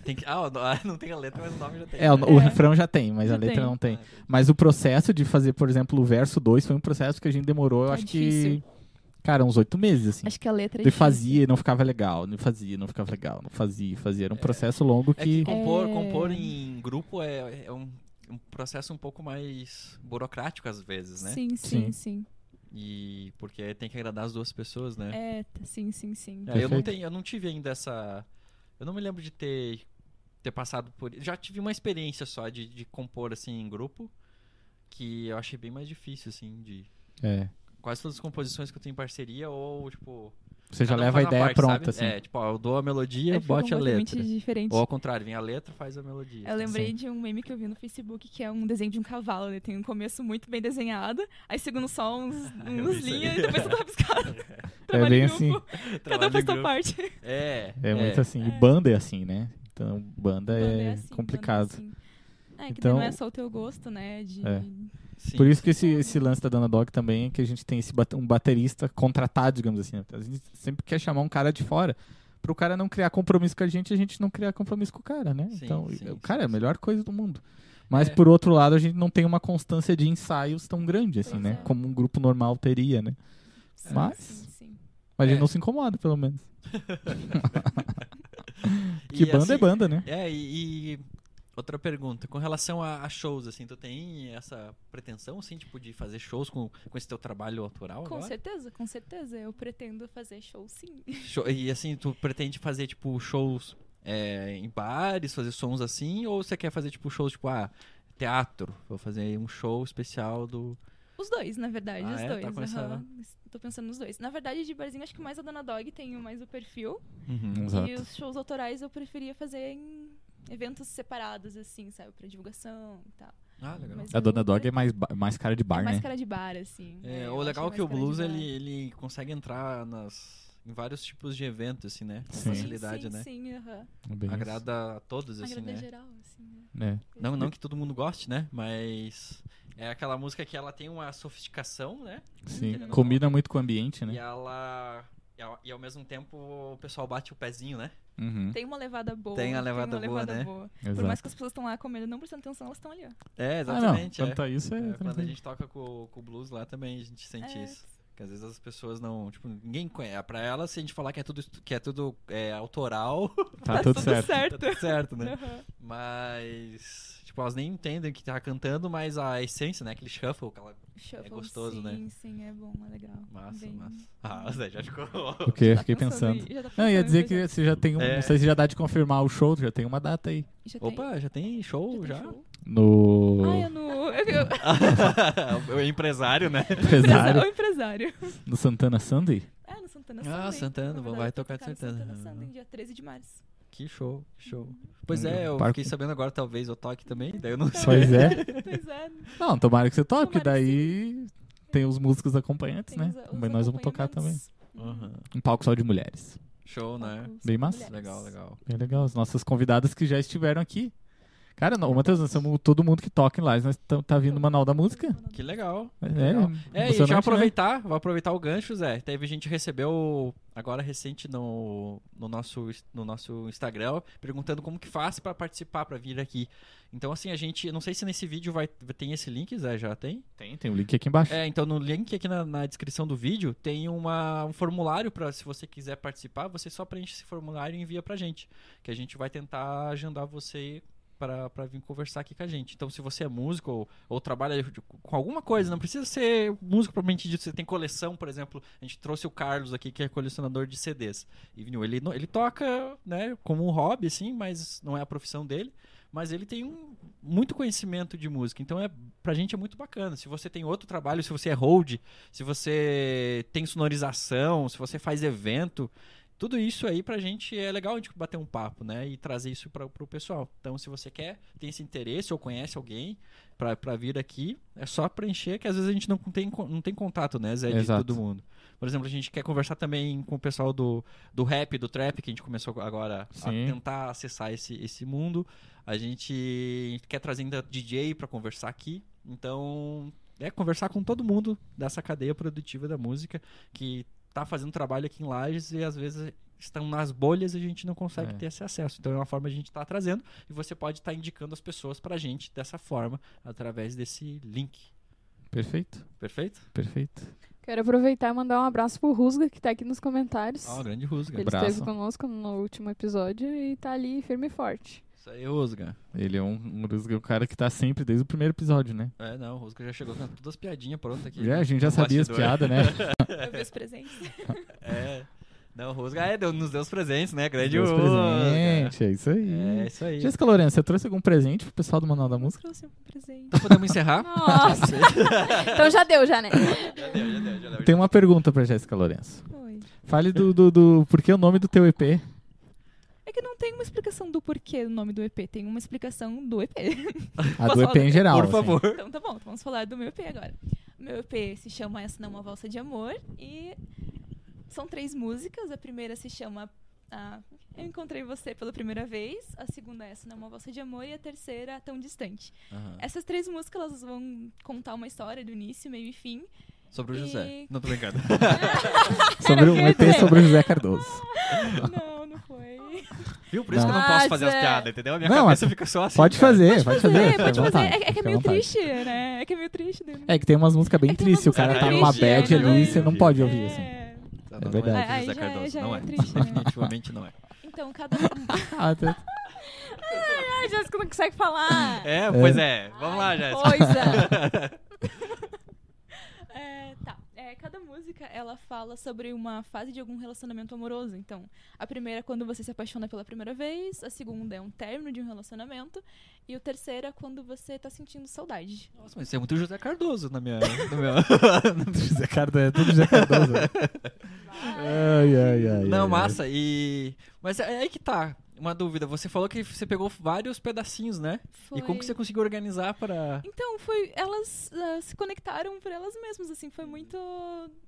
A: Tem que... Ah, o no- ah, não tem a letra, mas o nome já tem.
B: É, o,
A: né?
B: o
D: É.
B: refrão já tem, mas
D: Já
B: a letra
D: tem.
B: não tem.
A: Ah, entendi.
B: Mas o processo de fazer, por exemplo, o verso 2 foi um processo que a gente demorou, eu
D: É
B: acho
D: difícil.
B: que. Cara, uns oito meses, assim.
D: Acho que a letra é
B: Ele
D: difícil.
B: fazia e não ficava legal, não fazia, não ficava legal, não fazia, fazia. Era um processo longo
A: É que
B: que.
A: compor,
D: É.
A: compor em grupo é, é um, um processo um pouco mais burocrático às vezes, né?
B: Sim.
D: Sim, sim, sim.
A: E porque tem que agradar as duas pessoas, né?
D: É, t- sim, sim, sim.
A: É, eu, não
B: Perfeito.
A: tenho, eu não tive ainda essa. Eu não me lembro de ter, ter passado por. Já tive uma experiência só de, de compor assim em grupo, que eu achei bem mais difícil, assim, de.
B: É.
A: Quase todas as composições que eu tenho em parceria, ou, tipo,
B: Você já
A: Cada um
B: leva a
A: faz
B: ideia
A: parte,
B: pronta,
A: sabe?
B: assim.
A: É, tipo, ó, eu dou a melodia,
D: É, ficou
A: bote a
D: completamente
A: letra.
D: diferente.
A: Ou ao contrário, vem a letra, faz a melodia. Então,
D: Eu lembrei de um meme que eu vi no Facebook que é um desenho de um cavalo. Ele tem um começo muito bem desenhado, aí segundo só uns,
A: eu
D: umas
A: vi isso aí.
D: linhas e depois tudo rabiscado.
B: É,
D: Trabalho
B: bem
D: em
B: assim.
D: grupo, Cada um
A: Trabalho
D: faz
A: em
D: sua
A: grupo.
D: parte.
A: É,
B: É, muito assim. E
D: É.
B: banda é assim, né? Então, banda,
D: Banda
B: é,
D: assim, banda
B: complicado.
D: É, assim. É, que
B: Então-
D: daí não é só o teu gosto, né? De...
B: É.
A: sim.
B: Por isso que esse, esse lance da Dana Dog também é que a gente tem esse bate- um baterista contratado, digamos assim. né? A gente sempre quer chamar um cara de fora. Pro cara não criar compromisso com a gente, a gente não criar compromisso com o cara, né?
A: Sim,
B: então,
A: sim,
B: e-
A: sim,
B: cara, é a
A: sim.
B: melhor coisa do mundo. Mas,
A: É.
B: por outro lado, a gente não tem uma constância de ensaios tão grande, assim,
D: Pois
B: né?
D: é.
B: Como um grupo normal teria, né?
D: Sim,
B: Mas-
D: sim, sim.
B: Mas a
A: É.
B: gente não se incomoda, pelo menos.
A: E,
B: Que banda
A: assim,
B: é banda, né?
A: É, e, e outra pergunta, com relação a, a shows, assim, tu tem essa pretensão, assim, tipo, de fazer shows com, com esse teu trabalho autoral
D: Com
A: agora?
D: certeza, com certeza. Eu pretendo fazer show sim.
A: Show- e assim, tu pretende fazer, tipo, shows é, em bares, fazer sons assim, ou você quer fazer, tipo, shows, tipo, ah, teatro, vou fazer um show especial do...
D: Os dois, na verdade,
A: Ah,
D: os
A: é? Tá
D: dois. aham.
A: começando.
D: Tô pensando nos dois. Na verdade, de barzinho, acho que mais a Dona Dog tem mais o perfil.
B: Uhum.
D: E
B: Exato.
D: os shows autorais eu preferia fazer em eventos separados, assim, sabe? Pra divulgação e tal.
A: Ah, legal.
D: Mas
B: A
D: eu
B: Dona Dog
D: pre-
B: é mais, ba- mais cara de bar,
D: é mais
B: né?
D: cara de bar, assim.
A: É,
D: eu
A: o
D: acho
A: legal é
D: mais
A: que o
D: cara de
A: blues,
D: bar.
A: ele, ele consegue entrar nas, em vários tipos de eventos, assim, né? Com
B: Sim.
A: facilidade,
D: sim,
A: né?
D: Sim, aham.
B: É bem isso.
A: Agrada a todos, assim,
D: Agrada
A: né?
D: geral, assim, né?
B: É.
A: Não, não que todo mundo goste, né? Mas é aquela música que ela tem uma sofisticação, né?
B: Sim.
A: Entendeu?
B: Combina muito com o ambiente,
A: E
B: né?
A: ela. E ao, e ao mesmo tempo o pessoal bate o pezinho, né?
B: Uhum.
D: Tem uma levada boa.
A: Tem a levada
D: uma
A: boa, né?
D: Por mais
B: Exato.
D: que as pessoas estão lá comendo e não prestando atenção, elas estão ali, ó.
A: É,
B: Ah,
A: exatamente.
B: não.
A: é.
B: Quanto a isso, é,
A: É, quando a
B: tranquilo.
A: gente toca com, com o blues lá também, a gente sente
D: É,
A: isso. Que às vezes as pessoas não. Tipo, ninguém conhece. Pra elas, se a gente falar que é tudo, estu- que é tudo é, autoral,
B: Tá, tudo
A: tá
B: certo.
A: tudo certo, né?
D: Aham.
A: Mas. Tipo, elas nem entendem o que tá cantando, mas a essência, né? Aquele shuffle, aquela.
D: Shuffle,
A: É gostoso,
D: sim,
A: né?
D: Sim, é bom, é legal.
A: Massa,
D: Bem-
A: massa. Ah, Zé, já ficou.
B: O quê?
D: Tá
B: Fiquei pensando.
D: aí, já tá
B: Não, ia
D: pensando em
B: dizer que
D: projeto.
B: você já tem um.
A: É.
B: Não sei se já dá de confirmar o show, já tem uma data aí.
D: Já tem-
A: Opa, já tem show
D: tem
A: já?
D: show?
B: No.
D: Ah, é no... eu- eu-
A: o empresário, né?
B: Empresário.
D: o empresário.
B: No Santana Sunday?
D: É, no Santana
A: Ah,
D: Sunday.
A: Santana,
D: Na
A: vai
D: verdade,
A: tocar
D: vai
A: no Santana.
D: Santana
A: Aham.
D: Sunday, dia 13 de março.
A: Que show, que show. Pois é, eu
B: Parco.
A: fiquei sabendo agora, talvez eu toque também, daí eu não sei.
B: Pois é.
D: Pois é,
B: Não, tomara que você toque,
D: Tomara que
B: daí tem os músicos acompanhantes,
D: tem
B: né?
D: os- os
B: Mas nós vamos tocar também.
D: acompanhamentos. Uhum.
A: Aham.
B: Um palco só de mulheres.
A: Show, né?
D: Poucos
B: Bem massa.
D: mulheres.
A: Legal, legal.
B: Bem legal. As nossas convidadas que já estiveram aqui. Cara, não, Matheus, nós somos todo mundo que toca em live, nós tam- tá vindo o Manual da Música.
A: Que legal.
B: É,
A: Legal. É, e
B: emocionante,
A: já
B: né?
A: aproveitar, vou aproveitar o gancho, Zé. Teve gente que recebeu agora recente no, no, nosso, no nosso Instagram perguntando como que faz pra participar, pra vir aqui. Então, assim, a gente. eu Não sei se nesse vídeo vai, tem esse link, Zé, já tem?
B: Tem, tem o link aqui embaixo.
A: É, então no link aqui na, na descrição do vídeo tem uma- um formulário para se você quiser participar, você só preenche esse formulário e envia pra gente, que a gente vai tentar agendar você pra pra vir conversar aqui com a gente. Então se você é músico ou, ou trabalha de- com alguma coisa, não precisa ser músico propriamente dito, você tem coleção, por exemplo, a gente trouxe o Carlos aqui que é colecionador de CDs. E vinil, ele não- ele toca, né, como um hobby assim, mas não é a profissão dele. Mas ele tem um- muito conhecimento de música, então é pra gente é muito bacana. Se você tem outro trabalho, se você é hold, se você tem sonorização, se você faz evento, tudo isso aí pra gente é legal a gente bater um papo, né? E trazer isso para pro pessoal. Então, se você quer, tem esse interesse ou conhece alguém pra pra vir aqui, é só preencher, que às vezes a gente não tem, con- não tem contato, né, Zé, de
B: Exato.
A: todo mundo. Por exemplo, a gente quer conversar também com o pessoal do, do rap, do trap, que a gente começou agora
B: Sim.
A: a tentar acessar esse, esse mundo. A gente quer trazer ainda DJ pra conversar aqui. Então, é conversar com todo mundo dessa cadeia produtiva da música que tá fazendo trabalho aqui em Lages e às vezes estão nas bolhas e a gente não consegue
B: É.
A: ter esse acesso. Então é uma forma de a gente estar trazendo e você pode estar indicando as pessoas pra gente dessa forma através desse link.
B: Perfeito,
A: Perfeito?
B: perfeito.
C: Quero aproveitar e mandar um abraço pro Rusga, que tá aqui nos comentários.
A: Ó, grande Rusga.
C: Ele
B: abraço.
C: esteve conosco no último episódio e tá ali firme e forte.
A: Isso aí, Rusga.
B: Ele é um, um, dos- um cara que tá sempre desde o primeiro episódio, né?
A: É, não, o Rusga já chegou com todas as piadinhas prontas aqui.
B: Já, a gente já
A: No
B: sabia as
A: um bastidor.
B: piadas, né?
D: Eu vi os presentes.
A: É. Não, o Rusga é, deu, nos deu os presentes, né? Grande
B: Os
A: Rusga.
B: presentes, é isso aí.
A: É, isso aí.
B: Jéssica Lourenço, você trouxe algum presente pro pessoal do Manual da Música?
D: Trouxe um presente.
A: Então podemos encerrar?
C: Nossa! então já deu, já, né?
A: já deu, já deu, já deu.
D: Tá.
B: Tem uma pergunta pra Jéssica Lourenço.
D: Oi.
B: Fale do, do, do por que o nome do teu EP.
D: É que não tem uma explicação do porquê do nome do EP, tem uma explicação do EP.
B: A
D: Posso
B: do EP
D: falar?
B: em geral.
A: Por
B: assim.
A: favor.
D: Então tá bom, então vamos falar do meu EP agora. Meu EP se chama Essa Não é uma Valsa de Amor e são três músicas. A primeira se chama ah, Eu Encontrei Você pela Primeira Vez, a segunda é Essa Não é uma Valsa de Amor e a terceira Tão Distante.
B: assim.
A: Aham.
D: Essas três músicas elas vão contar uma história do início, meio e fim.
A: Sobre o
D: E-
A: José. Não, tô brincando.
B: Sobre um
D: Era o
B: EP
D: que eu ia
B: sobre o José Cardoso.
D: Ah, Não, não foi.
A: Viu? Por isso que eu não
C: Não.
A: posso
C: Ah,
A: fazer as
C: Zé.
A: piadas, entendeu? A minha
B: Não,
A: cabeça
B: é-
A: fica só assim.
B: Pode
A: cara.
B: fazer, pode fazer.
D: É, pode
B: fica à
D: fazer.
B: vontade,
D: É, é que é
B: fica à
D: meio
B: vontade.
D: triste, né? É que é meio triste. né?
B: É que tem umas músicas bem
D: É que tem
B: tristes, o
D: umas
B: cara
A: músicas
B: tá
A: bem
B: numa
D: tristes,
B: bad
D: né?
B: ali, você não pode ouvir, assim.
D: É.
A: Não,
B: É
A: não
B: verdade.
A: É
D: Aí
A: José
D: já-
A: Cardoso,
D: já
A: não
D: é
A: é.
D: triste, né?
A: Definitivamente não é.
D: Então, cada.
B: Ah, tá-
C: Ai, Jéssica não consegue falar.
A: É, pois é. Vamos lá, Jéssica.
C: Coisa.
D: É, tá. É, cada música ela fala sobre uma fase de algum relacionamento amoroso. Então, a primeira é quando você se apaixona pela primeira vez, a segunda é um término de um relacionamento, e o terceiro é quando você tá sentindo saudade.
A: Nossa, mas você é muito José Cardoso na minha. na minha-
B: José Cardoso, é tudo José Cardoso. Ai, ai, ai.
A: Não,
B: ai,
A: massa. E. Mas é aí que tá. Uma dúvida. Você falou que você pegou vários pedacinhos, né?
D: Foi...
A: E como que você conseguiu organizar para.
D: Então, foi. Elas ah, se conectaram por elas mesmas, assim, foi muito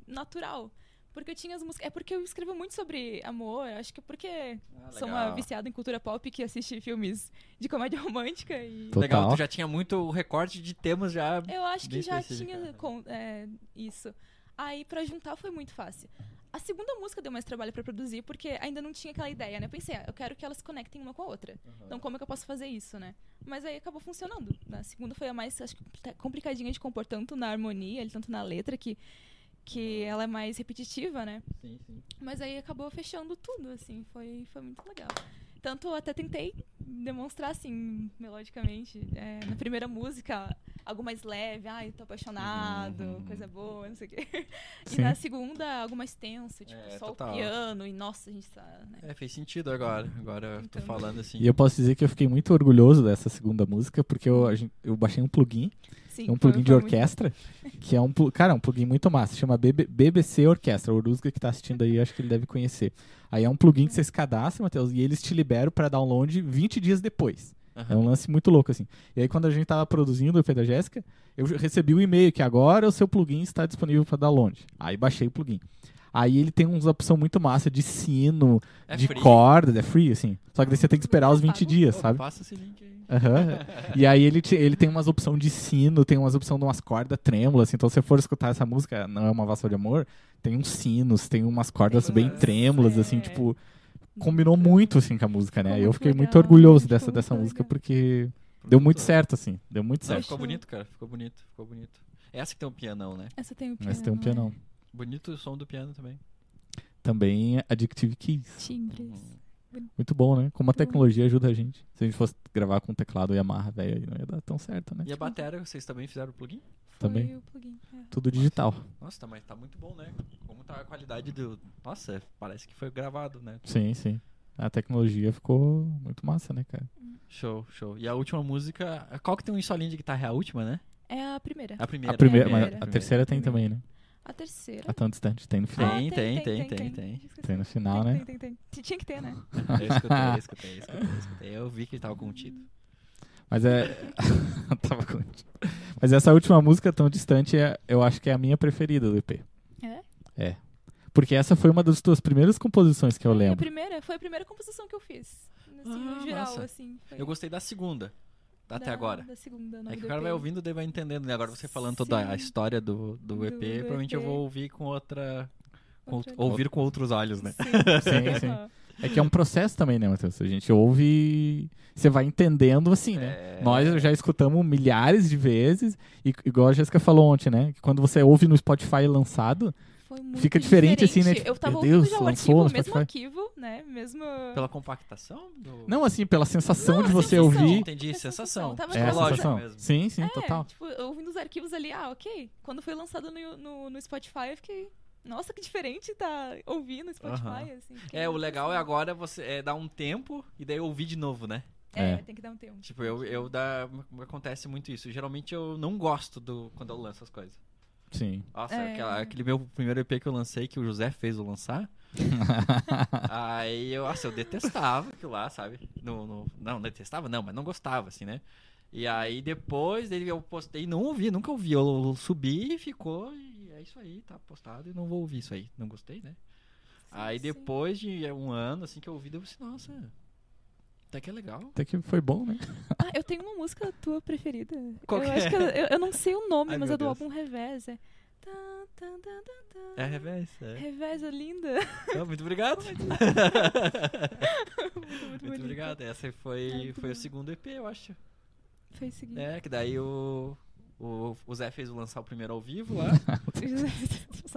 D: natural. Porque eu tinha as músicas. É porque eu escrevo muito sobre amor, acho que é porque
A: Ah,
D: sou uma viciada em cultura pop que assiste filmes de comédia romântica e.
B: Total.
A: Legal, tu já tinha muito recorte de temas já.
D: Eu acho
A: Bem
D: que já
A: específica, né?
D: tinha com- é, isso. Aí, pra juntar, foi muito fácil. A segunda música deu mais trabalho pra produzir, porque ainda não tinha aquela ideia, né? Eu pensei, ah, eu quero que elas se conectem uma com a outra. Então, como é que eu posso fazer isso, né? Mas aí acabou funcionando. A segunda foi a mais, acho que, compli- complicadinha de compor, tanto na harmonia, ele tanto na letra, que, que ela é mais repetitiva, né?
A: Sim, sim.
D: Mas aí acabou fechando tudo, assim. Foi, foi muito legal. Tanto eu até tentei demonstrar, assim, melodicamente. é, na primeira música, algo mais leve. Ai, eu tô apaixonado,
A: Uhum.
D: coisa boa, não sei o quê.
B: Sim.
D: E na segunda, algo mais tenso, tipo,
A: É,
D: só
A: total.
D: o piano. E nossa, a gente tá... Né?
A: É, fez sentido agora. Agora eu tô
D: Então.
A: falando assim.
B: E eu posso dizer que eu fiquei muito orgulhoso dessa segunda música, porque eu, a gente- eu baixei um plugin,
D: Sim,
B: é um
D: foi-
B: plugin de
D: foi muito-
B: orquestra, que é um, plu- cara, é um plugin muito massa, chama BB BBC Orquestra, o Urusga que tá assistindo aí, acho que ele deve conhecer. Aí é um plugin que vocês cadastram, Matheus, e eles te liberam pra download 20 dias depois.
A: Aham.
B: É um lance muito louco, assim. E aí, quando a gente tava produzindo o EP da Jéssica, eu recebi o e-mail que agora o seu plugin está disponível para download. Aí baixei o plugin. Aí ele tem uma opção muito massa de sino,
A: É
B: de
A: free?
B: cordas, é free, assim. Só que daí você tem que esperar os 20
D: Pago?
B: dias,
A: Pô,
B: sabe?
A: Passa esse link aí.
B: Aham. E aí ele, te- ele tem umas opções de sino, tem umas opções de umas cordas trêmulas, assim. Então se você for escutar essa música, não é uma vassoura de amor, tem uns sinos, tem umas cordas
D: Tem
B: bem
D: umas-
B: trêmulas, assim,
D: é.
B: tipo, combinou muito assim com a música, né?
D: Ficou
B: Eu
D: muito
B: fiquei muito
D: legal,
B: orgulhoso
D: ficou
B: dessa
D: é? muito
B: dessa música
D: legal.
B: porque deu muito
A: Produtor.
B: certo assim, deu muito
A: Não,
B: certo.
A: ficou
D: Fechou.
A: bonito, cara. Ficou bonito, ficou bonito. Essa que tem um pianão, né?
D: Essa tem o piano.
B: Mas tem um
D: né?
B: pianão.
A: Bonito o som do piano também.
B: Também Addictive Keys.
D: Timbres.
B: Uhum. Muito bom, né? Como a
D: Muito bom.
B: tecnologia ajuda a gente. Se a gente fosse gravar com teclado Yamaha, velho, aí não ia dar tão certo, né?
A: E a bateria, vocês também fizeram o plugin?
D: Foi
B: Também.
D: o plugin. é.
B: Tudo digital.
A: Nossa, tá, mas tá muito bom, né? Como tá a qualidade do. Nossa, é, parece que foi gravado, né?
B: Sim, sim. A tecnologia ficou muito massa, né, cara?
A: Show, show. E a última música. Qual que tem um solinho de guitarra? É a última, né?
D: É a primeira.
A: A primeira.
B: a primeira,
D: É a
B: mas
D: primeira.
B: a terceira tem também, né?
D: A terceira...
B: A tão distante tem no final.
D: Ah,
A: Tem, tem, tem, tem, tem.
D: Esqueci.
B: Tem no final,
D: tem,
B: né?
D: tem, tem, tem. Tinha que ter, né?
A: Eu escutei, eu escutei, eu escutei, eu escutei. Eu vi que ele tava contido.
B: Mas é. Tava com. Mas essa última música tão distante é, eu acho que é a minha preferida do EP.
D: É?
B: É. Porque essa foi uma das tuas primeiras composições que eu
D: Foi A
B: lembro.
D: primeira, foi a primeira composição que eu fiz. Assim,
A: Ah,
D: no geral,
A: massa.
D: assim. Foi
A: Eu gostei da segunda. Até
D: da-
A: agora.
D: Da segunda,
A: É que
D: do
A: o cara
D: EP.
A: vai ouvindo, daí vai entendendo, né? Agora você falando toda a
D: Sim.
A: história do, do
D: Do
A: EP, provavelmente eu
D: EP.
A: vou ouvir com outra. com
D: Outra-
A: outro- ouvir com outros olhos, né?
D: Sim,
B: Sim, sim.
D: aham.
B: É que é um processo também, né, Matheus? A gente ouve. Você vai entendendo assim, né?
A: É.
B: Nós já escutamos milhares de vezes. E igual a Jéssica falou ontem, né? Que quando você ouve no Spotify lançado,
D: Foi muito
B: Fica diferente, assim, né? Tipo,
D: Eu
B: meu
D: tava ouvindo
B: Deus,
D: já o
B: lançou no
D: arquivo,
B: Spotify.
D: mesmo
B: Então,
D: arquivo, né? Mesmo...
A: Pela compactação? do-
B: não assim, pela sensação
D: Não,
B: de você
D: sensação.
B: ouvir.
A: Entendi,
D: É
A: sensação.
D: sensação, tava
B: É a
D: Psicológica
B: sensação.
A: mesmo.
B: Sim, sim,
D: é,
B: total.
D: tipo, eu ouvindo os arquivos ali, ah, ok. Quando foi lançado no, no, no Spotify, eu fiquei... Nossa, que diferente tá ouvindo no Spotify, assim. fiquei
A: É, o
D: muito
A: legal é
D: impressionada.
A: agora você é, dar um tempo e daí ouvir de novo, né?
B: É.
D: É, tem que dar um tempo.
A: Tipo, eu, eu dá, acontece muito isso. Geralmente eu não gosto do quando eu lanço as coisas.
B: Sim.
A: Nossa,
D: É.
A: aquela- aquele meu primeiro EP que eu lancei, que o José fez eu lançar, Aí eu, nossa, eu detestava aquilo lá, sabe? No, no- não, detestava não, mas não gostava, assim, né? E aí depois dele eu postei, não ouvi, nunca ouvi. Eu, subi e ficou, e é isso aí, tá postado e não vou ouvir isso aí. Não gostei, né? aí
D: sim.
A: depois de um ano, assim, que eu ouvi, eu disse, nossa, até que é legal.
B: Até que foi bom, né?
D: Ah, eu tenho uma música tua preferida.
A: Qual
D: eu
A: que
D: acho
A: é?
D: que eu, eu- eu não sei o nome,
A: Ai,
D: mas
A: meu
D: é do
A: Deus.
D: álbum Revés. É. Tan, tan, tan, tan, tan.
A: É revés, é.
D: Revés é linda.
A: Ah, muito obrigado.
D: Muito,
A: muito
D: bonita.
A: obrigado. Essa foi,
D: Ai, que
A: foi o
D: bom.
A: segundo EP, eu acho.
D: Foi o seguinte.
A: É, que daí o, o, o Zé fez o lançar o primeiro ao vivo lá.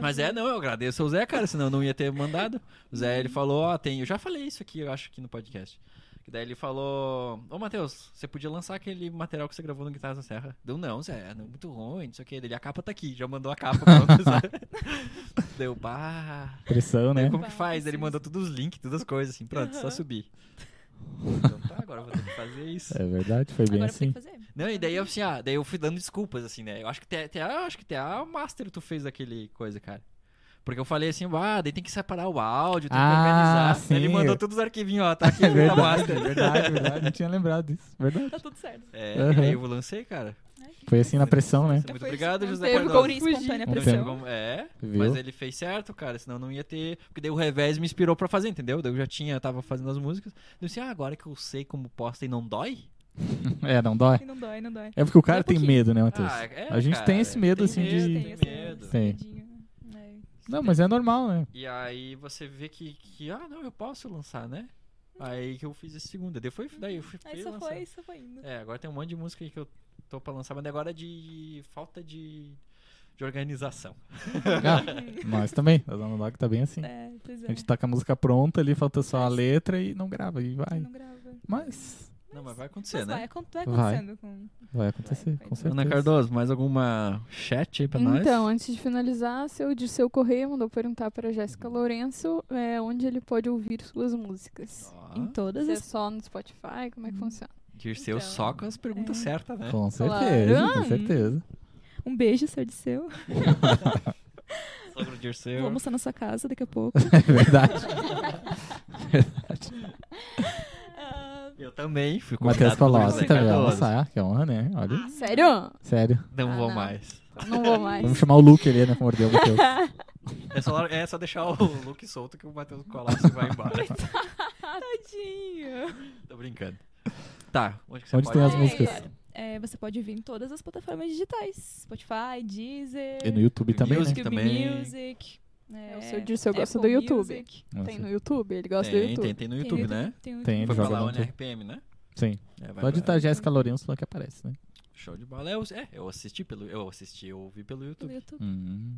A: Mas é, não, eu agradeço ao Zé, cara, senão eu não ia ter mandado. O Zé, ele falou, ó, tem... Eu já falei isso aqui, eu acho, aqui no podcast. Que daí ele falou, ô, Matheus, você podia lançar aquele material que você gravou no Guitarras da Serra? Deu, não, Zé, não, muito ruim, não sei o que. Ele, a capa tá aqui, já mandou a capa pra nós. Deu, pá...
B: Pressão,
A: Daí,
B: né?
A: como que
D: Pá,
A: faz? Ele
D: preciso.
A: mandou todos os links, todas as coisas, assim, pronto, só
D: Aham.
A: subir. Então tá, agora eu vou ter que fazer isso.
B: É verdade, foi bem
D: Agora eu vou ter
B: assim.
D: que fazer.
A: Não, e daí eu, assim, ah, daí eu fui dando desculpas, assim, né? Eu acho que até, até, eu acho que até a é master tu fez daquele coisa, cara. Porque eu falei assim, ah, daí tem que separar o áudio, tem que
B: Ah,
A: organizar. Daí
B: sim.
A: Ele mandou todos os arquivinhos, ó, tá aqui
B: É
A: na
B: verdade,
A: master.
B: é verdade, é verdade. Não tinha lembrado disso. Verdade.
D: Tá tudo certo.
A: É,
B: Aham.
A: e aí eu lancei, cara.
B: Foi assim
D: é
B: na pressão, né?
A: Muito
D: Foi
A: obrigado,
D: isso,
A: José
C: teve
A: Cardoso.
C: como
D: Fui espontânea
A: Não
B: Não teve
A: teve
D: pressão.
A: como- É,
B: Viu?
A: mas ele fez certo, cara, senão não ia ter. Porque daí o revés me inspirou pra fazer, entendeu? Daí eu já tinha, tava fazendo as músicas. Eu disse, ah, agora que eu sei como posta e não dói?
B: É, não dói.
D: E não dói, não dói.
B: É porque o cara
D: um
B: tem
D: pouquinho.
B: medo, né, Matheus?
A: Ah, é,
B: A gente
A: cara,
B: tem esse medo, assim,
A: medo,
B: de-
A: Tem
D: essa-
A: medo.
D: esse
B: Tem.
D: medinho, né?
B: Não, mas é normal, né?
A: E aí você vê que, que ah, não, eu posso lançar, né? Aí que eu fiz esse segundo. Daí, foi, daí eu fui
D: Uhum. Aí
A: fui
D: só
A: lançar.
D: foi, só foi indo.
A: É, agora tem um monte de música aí que eu tô pra lançar, mas agora é de falta de, de organização.
B: Ah, nós também. A Zona Dog tá bem assim.
D: É, pois é.
B: A gente tá com a música pronta ali, falta só a
D: Mas-
B: letra e não grava, e
D: Você
B: vai.
D: não grava.
B: Mas
A: Não, mas vai acontecer,
D: Mas
A: né?
D: vai, acon- vai
B: Vai.
D: acontecendo com...
B: vai acontecer,
D: Vai,
B: com
D: vai.
B: certeza.
A: Ana Cardoso, mais alguma chat aí pra nós?
C: Então, antes de finalizar, seu Dirceu Correia mandou perguntar para Jéssica Lourenço é, onde ele pode ouvir suas músicas.
A: Ó,
D: Em todas
C: Se é
D: as...
C: só no Spotify, como é que funciona?
A: Dirceu
D: Então,
A: só com as perguntas
D: é.
A: certas, né?
B: Com
C: Claro.
B: certeza, com
D: Hum.
B: certeza.
D: Um beijo, seu Odisseu.
A: Sobre o Dirceu.
D: Vou almoçar na sua casa daqui a pouco.
B: É verdade.
D: Ah,
A: Eu também fui
B: O
A: convidado
B: Matheus falou, ó,
A: pelo
B: você
A: José
B: também vai
A: Cardoso. É
B: almoçar, que honra, né? Olha,
C: Ah, Sério?
B: sério.
A: Não
C: Ah,
A: vou
C: não.
A: mais.
C: Não vou mais.
B: Vamos chamar o Luke ali, né, pra morder o Matheus.
A: É só, é só deixar o Luke solto que o Matheus colapsa e vai embora.
D: Tadinho.
A: Tô brincando. Tá, onde que você
B: Onde
A: pode
B: tem as
D: É,
B: músicas?
D: é, você pode ouvir em todas as plataformas digitais. Spotify, Deezer,
B: E no YouTube também, né?
A: Music.
D: YouTube
A: também.
D: Music.
C: É,
D: É,
C: o seu Dirceu
D: Apple
C: gosta do YouTube.
D: Music.
B: Nossa,
C: Tem no YouTube, ele gosta do
A: Tem,
C: YouTube.
A: tem, tem no YouTube, né?
D: Tem, o-
B: Tem, ele
A: Foi
B: joga
A: pra lá
B: no
A: o
B: YouTube.
A: NRPM, né?
B: Sim.
A: É, vai
B: Pode
A: pra-
B: estar Jéssica Lourenço lá que aparece, né?
A: Show de bola. É, eu- É, eu assisti pelo. Eu assisti, eu ouvi pelo
D: pelo
A: YouTube.
D: YouTube.
B: Hum.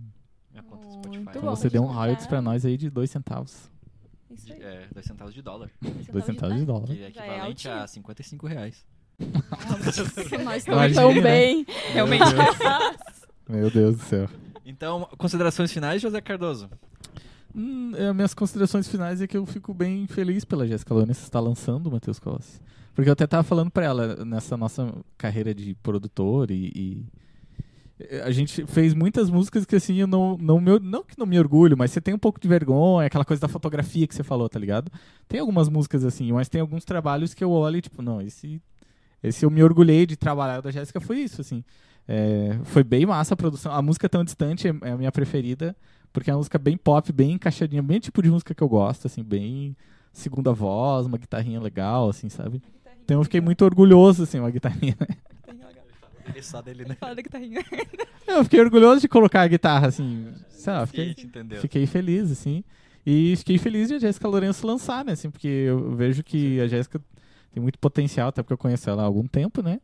A: Minha conta do
C: Muito
A: Spotify.
C: Então
B: Então
C: bom.
B: você deu um
D: Tá.
B: royalties pra nós aí de dois centavos.
D: Isso
A: De,
D: aí. tá
A: é, 2 centavos de dólar.
B: Dois centavos de dólar.
A: Que é
D: Já é
A: equivalente a
D: altinho.
A: 55 reais.
C: Nós
D: tá
B: Imagina,
C: estamos tão
B: né?
C: bem.
D: Realmente.
B: Meu Deus do céu.
A: Então, considerações finais, José Cardoso.
B: Hum, é, minhas considerações finais é que eu fico bem feliz pela Jéssica Lourenço estar lançando o Matheus Colossi. Porque eu até tava falando pra ela, nessa nossa carreira de produtor e... e- eh, A gente fez muitas músicas que, assim, eu não, não, me, or- não que não me orgulho, mas você tem um pouco de vergonha, aquela coisa da fotografia que você falou, tá ligado? Tem algumas músicas assim, mas tem alguns trabalhos que eu olho e, tipo, não, esse, esse eu me orgulhei de trabalhar da Jéssica, foi isso, assim. É, foi bem massa a produção. A música Tão Distante é, é a minha preferida, porque é uma música bem pop, bem encaixadinha, bem tipo de música que eu gosto, assim, bem segunda voz, uma guitarrinha legal, assim, sabe? Então eu fiquei muito orgulhoso, assim, uma guitarrinha.
A: Ele só dele, né?
D: Fala tá da guitarrinha.
B: Eu fiquei orgulhoso de colocar a guitarra, assim, sei lá,
A: Sim,
B: fiquei,
A: te entendeu?
B: Fiquei feliz, assim. E fiquei feliz de a Jéssica Lourenço lançar, né? Assim, porque eu vejo que a Jéssica tem muito potencial, até porque eu conheço ela há algum tempo, né?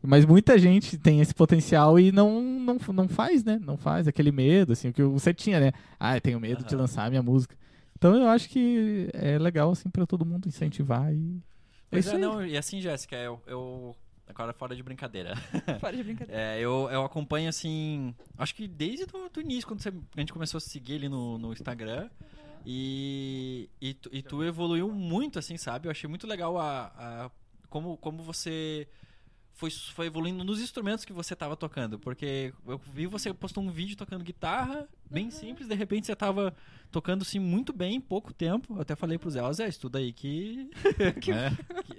B: Mas muita gente tem esse potencial e não, não, não faz, né? Não faz aquele medo, assim, que você tinha, né? Ah, eu tenho medo de
A: Aham.
B: lançar a minha música. Então eu acho que é legal, assim, pra todo mundo incentivar e.
A: Pois
B: isso
A: é,
B: aí.
A: não, e assim, Jéssica, eu, eu. Agora fora de brincadeira.
D: Fora de brincadeira.
A: É, eu, eu acompanho assim. Acho que desde do, do início, quando você- a gente começou a seguir ele no, no Instagram. E, e, tu, e tu evoluiu muito, assim, sabe? Eu achei muito legal a, a- como, como você foi, foi evoluindo nos instrumentos que você tava tocando. Porque eu vi você postou um vídeo tocando guitarra, bem simples, de repente você tava tocando assim muito bem em pouco tempo. Eu até falei pro Zé, ó, Zé, estuda aí que. né,
B: É.
A: que-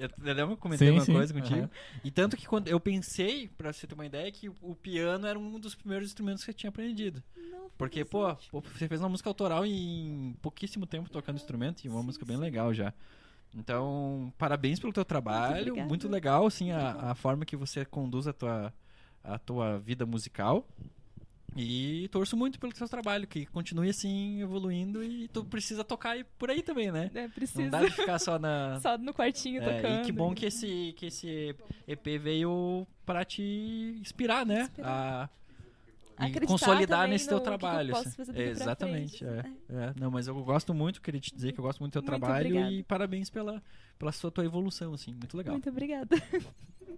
A: eu lembro que eu comentei
B: Sim,
A: uma
B: sim,
A: coisa contigo.
B: aham.
A: E tanto que quando eu pensei, pra você ter uma ideia, que o piano era um dos primeiros instrumentos que eu tinha aprendido.
D: Não,
A: É,
D: É,
A: Porque,
D: foi
A: pô,
D: interessante.
A: pô, você fez uma música autoral em pouquíssimo tempo tocando instrumento e uma
D: sim,
A: música bem
D: sim.
A: legal já. Então, parabéns pelo teu trabalho.
D: obrigada.
A: Muito, legal, assim, a, a forma que você conduz a tua, a tua vida musical. E torço muito pelo teu trabalho, que continue assim, evoluindo. E tu precisa tocar aí por aí também, né?
D: É,
A: Não
D: precisa.
A: dá de ficar só na.
D: Só no quartinho
A: É,
D: tocando.
A: e que bom que esse, que esse EP veio pra te inspirar, né? A- e
D: Acreditar
A: consolidar
D: também
A: nesse
D: no
A: teu
D: que que eu
A: trabalho.
D: posso
A: assim.
D: fazer daqui pra
A: Exatamente.
D: frente, né?
A: é, é. Não, mas eu gosto muito, queria te dizer que eu gosto muito do teu
D: Muito
A: trabalho e
D: obrigada.
A: parabéns pela, pela sua tua evolução, assim. Muito legal.
D: Muito obrigada.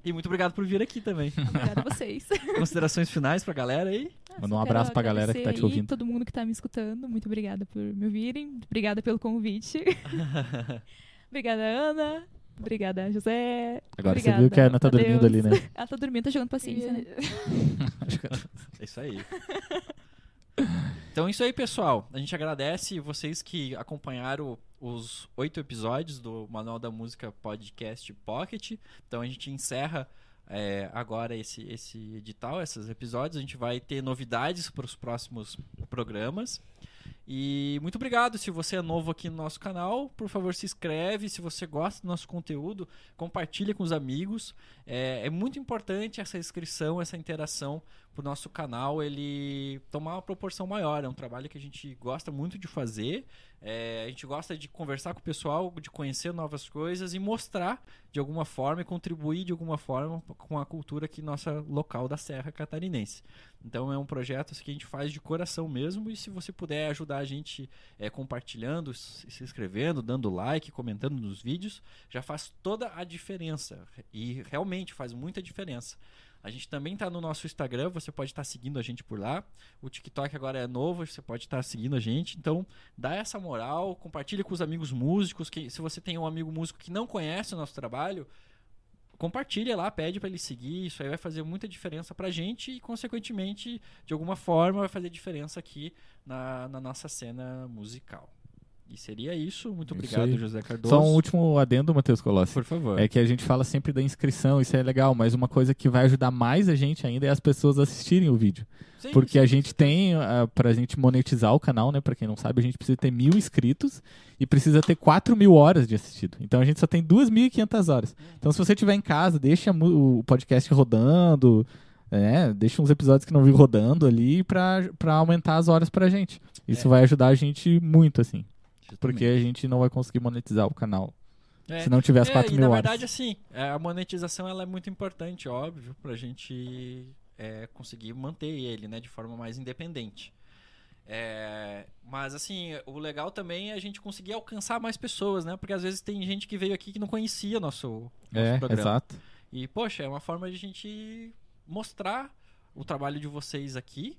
A: E muito obrigado por vir aqui também.
D: Obrigada a vocês.
A: Considerações finais pra galera aí?
D: Ah,
B: Manda
D: só
B: um
D: quero
B: abraço pra galera que tá
D: agradecer
B: te
D: aí
B: ouvindo.
D: Todo mundo que tá me escutando, muito obrigada por me ouvirem. Obrigada pelo convite. obrigada, Ana. Obrigada, José.
B: Agora você
D: Obrigada.
B: viu que a Ana tá dormindo ali,
D: Adeus.
B: né?
D: Ela tá dormindo, tá jogando paciência, né?
B: Acho que ela-
A: É isso aí. Então é isso aí, pessoal. A gente agradece vocês que acompanharam os oito episódios do Manual da Música Podcast Pocket. Então a gente encerra é, agora esse, esse edital, esses episódios. A gente vai ter novidades para os próximos programas. E muito obrigado. Se você é novo aqui no nosso canal, por favor, se inscreve. Se você gosta do nosso conteúdo, compartilha com os amigos. É, é muito importante essa inscrição, essa interação para o nosso canal ele tomar uma proporção maior. É um trabalho que a gente gosta muito de fazer. É, a gente gosta de conversar com o pessoal, de conhecer novas coisas e mostrar de alguma forma e contribuir de alguma forma com a cultura aqui nossa local da Serra Catarinense. Então é um projeto assim, que a gente faz de coração mesmo e se você puder ajudar a gente é, compartilhando, se se inscrevendo, dando like, comentando nos vídeos, já faz toda a diferença e realmente faz muita diferença. A gente também está no nosso Instagram, você pode estar seguindo a gente por lá. O TikTok agora é novo, você pode estar seguindo a gente. Então, dá essa moral, compartilha com os amigos músicos. Que, se você tem um amigo músico que não conhece o nosso trabalho, compartilha lá, pede para ele seguir. Isso aí vai fazer muita diferença para a gente e, consequentemente, de alguma forma, vai fazer diferença aqui na, na nossa cena musical. E seria isso. Muito
B: Isso
A: obrigado,
B: aí.
A: José Cardoso.
B: Só um último adendo, Matheus Colossi.
A: Por favor.
B: É que a gente fala sempre da inscrição, isso é legal, mas uma coisa que vai ajudar mais a gente ainda é as pessoas assistirem o vídeo.
A: Sim,
B: Porque a
A: sim.
B: gente tem, ah, pra gente monetizar o canal, né? Pra quem não sabe, a gente precisa ter mil inscritos e precisa ter 4 mil horas de assistido. Então a gente só tem 2.500 horas. Então se você estiver em casa, deixa mu- o podcast rodando, né? Deixa uns episódios que não viu rodando ali pra, pra aumentar as horas pra gente. Isso
A: É.
B: vai ajudar a gente muito, assim.
A: Justamente.
B: Porque a gente não vai conseguir monetizar o canal
A: É.
B: se não tiver as
A: É,
B: 4
A: e
B: mil
A: na
B: horas.
A: verdade, assim, é, a monetização ela é muito importante, óbvio, pra gente é, conseguir manter ele, né, de forma mais independente. É, mas assim, o legal também é a gente conseguir alcançar mais pessoas, né? Porque às vezes tem gente que veio aqui que não conhecia nosso, nosso
B: é,
A: programa.
B: exato.
A: E, poxa, é uma forma de a gente mostrar o trabalho de vocês aqui.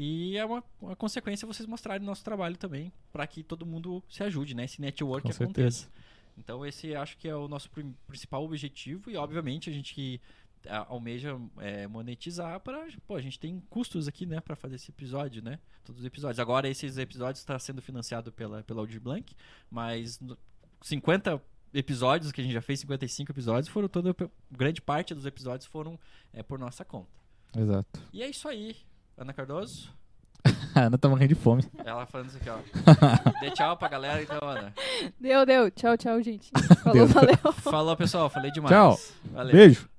A: E é uma, uma consequência vocês mostrarem nosso trabalho também, para que todo mundo se ajude, né? Esse network
B: Com
A: aconteça.
B: certeza.
A: Então esse acho que é o nosso prim- principal objetivo e obviamente a gente que ah, almeja é, monetizar para pô a gente tem custos aqui né para fazer esse episódio né todos os episódios agora esses episódios está sendo financiado pela pela Audir Blank mas no- 50 episódios que a gente já fez 55 episódios foram toda grande parte dos episódios foram é, por nossa conta
B: Exato.
A: e é isso aí Ana Cardoso
B: A Ana tá morrendo de fome.
A: ela falando isso aqui ó dê tchau pra galera então Ana
C: Deu, deu. Tchau, tchau, gente.
B: Deu.
C: Falou, valeu.
A: falou pessoal falei demais
B: Tchau.
A: Valeu.
B: Beijo.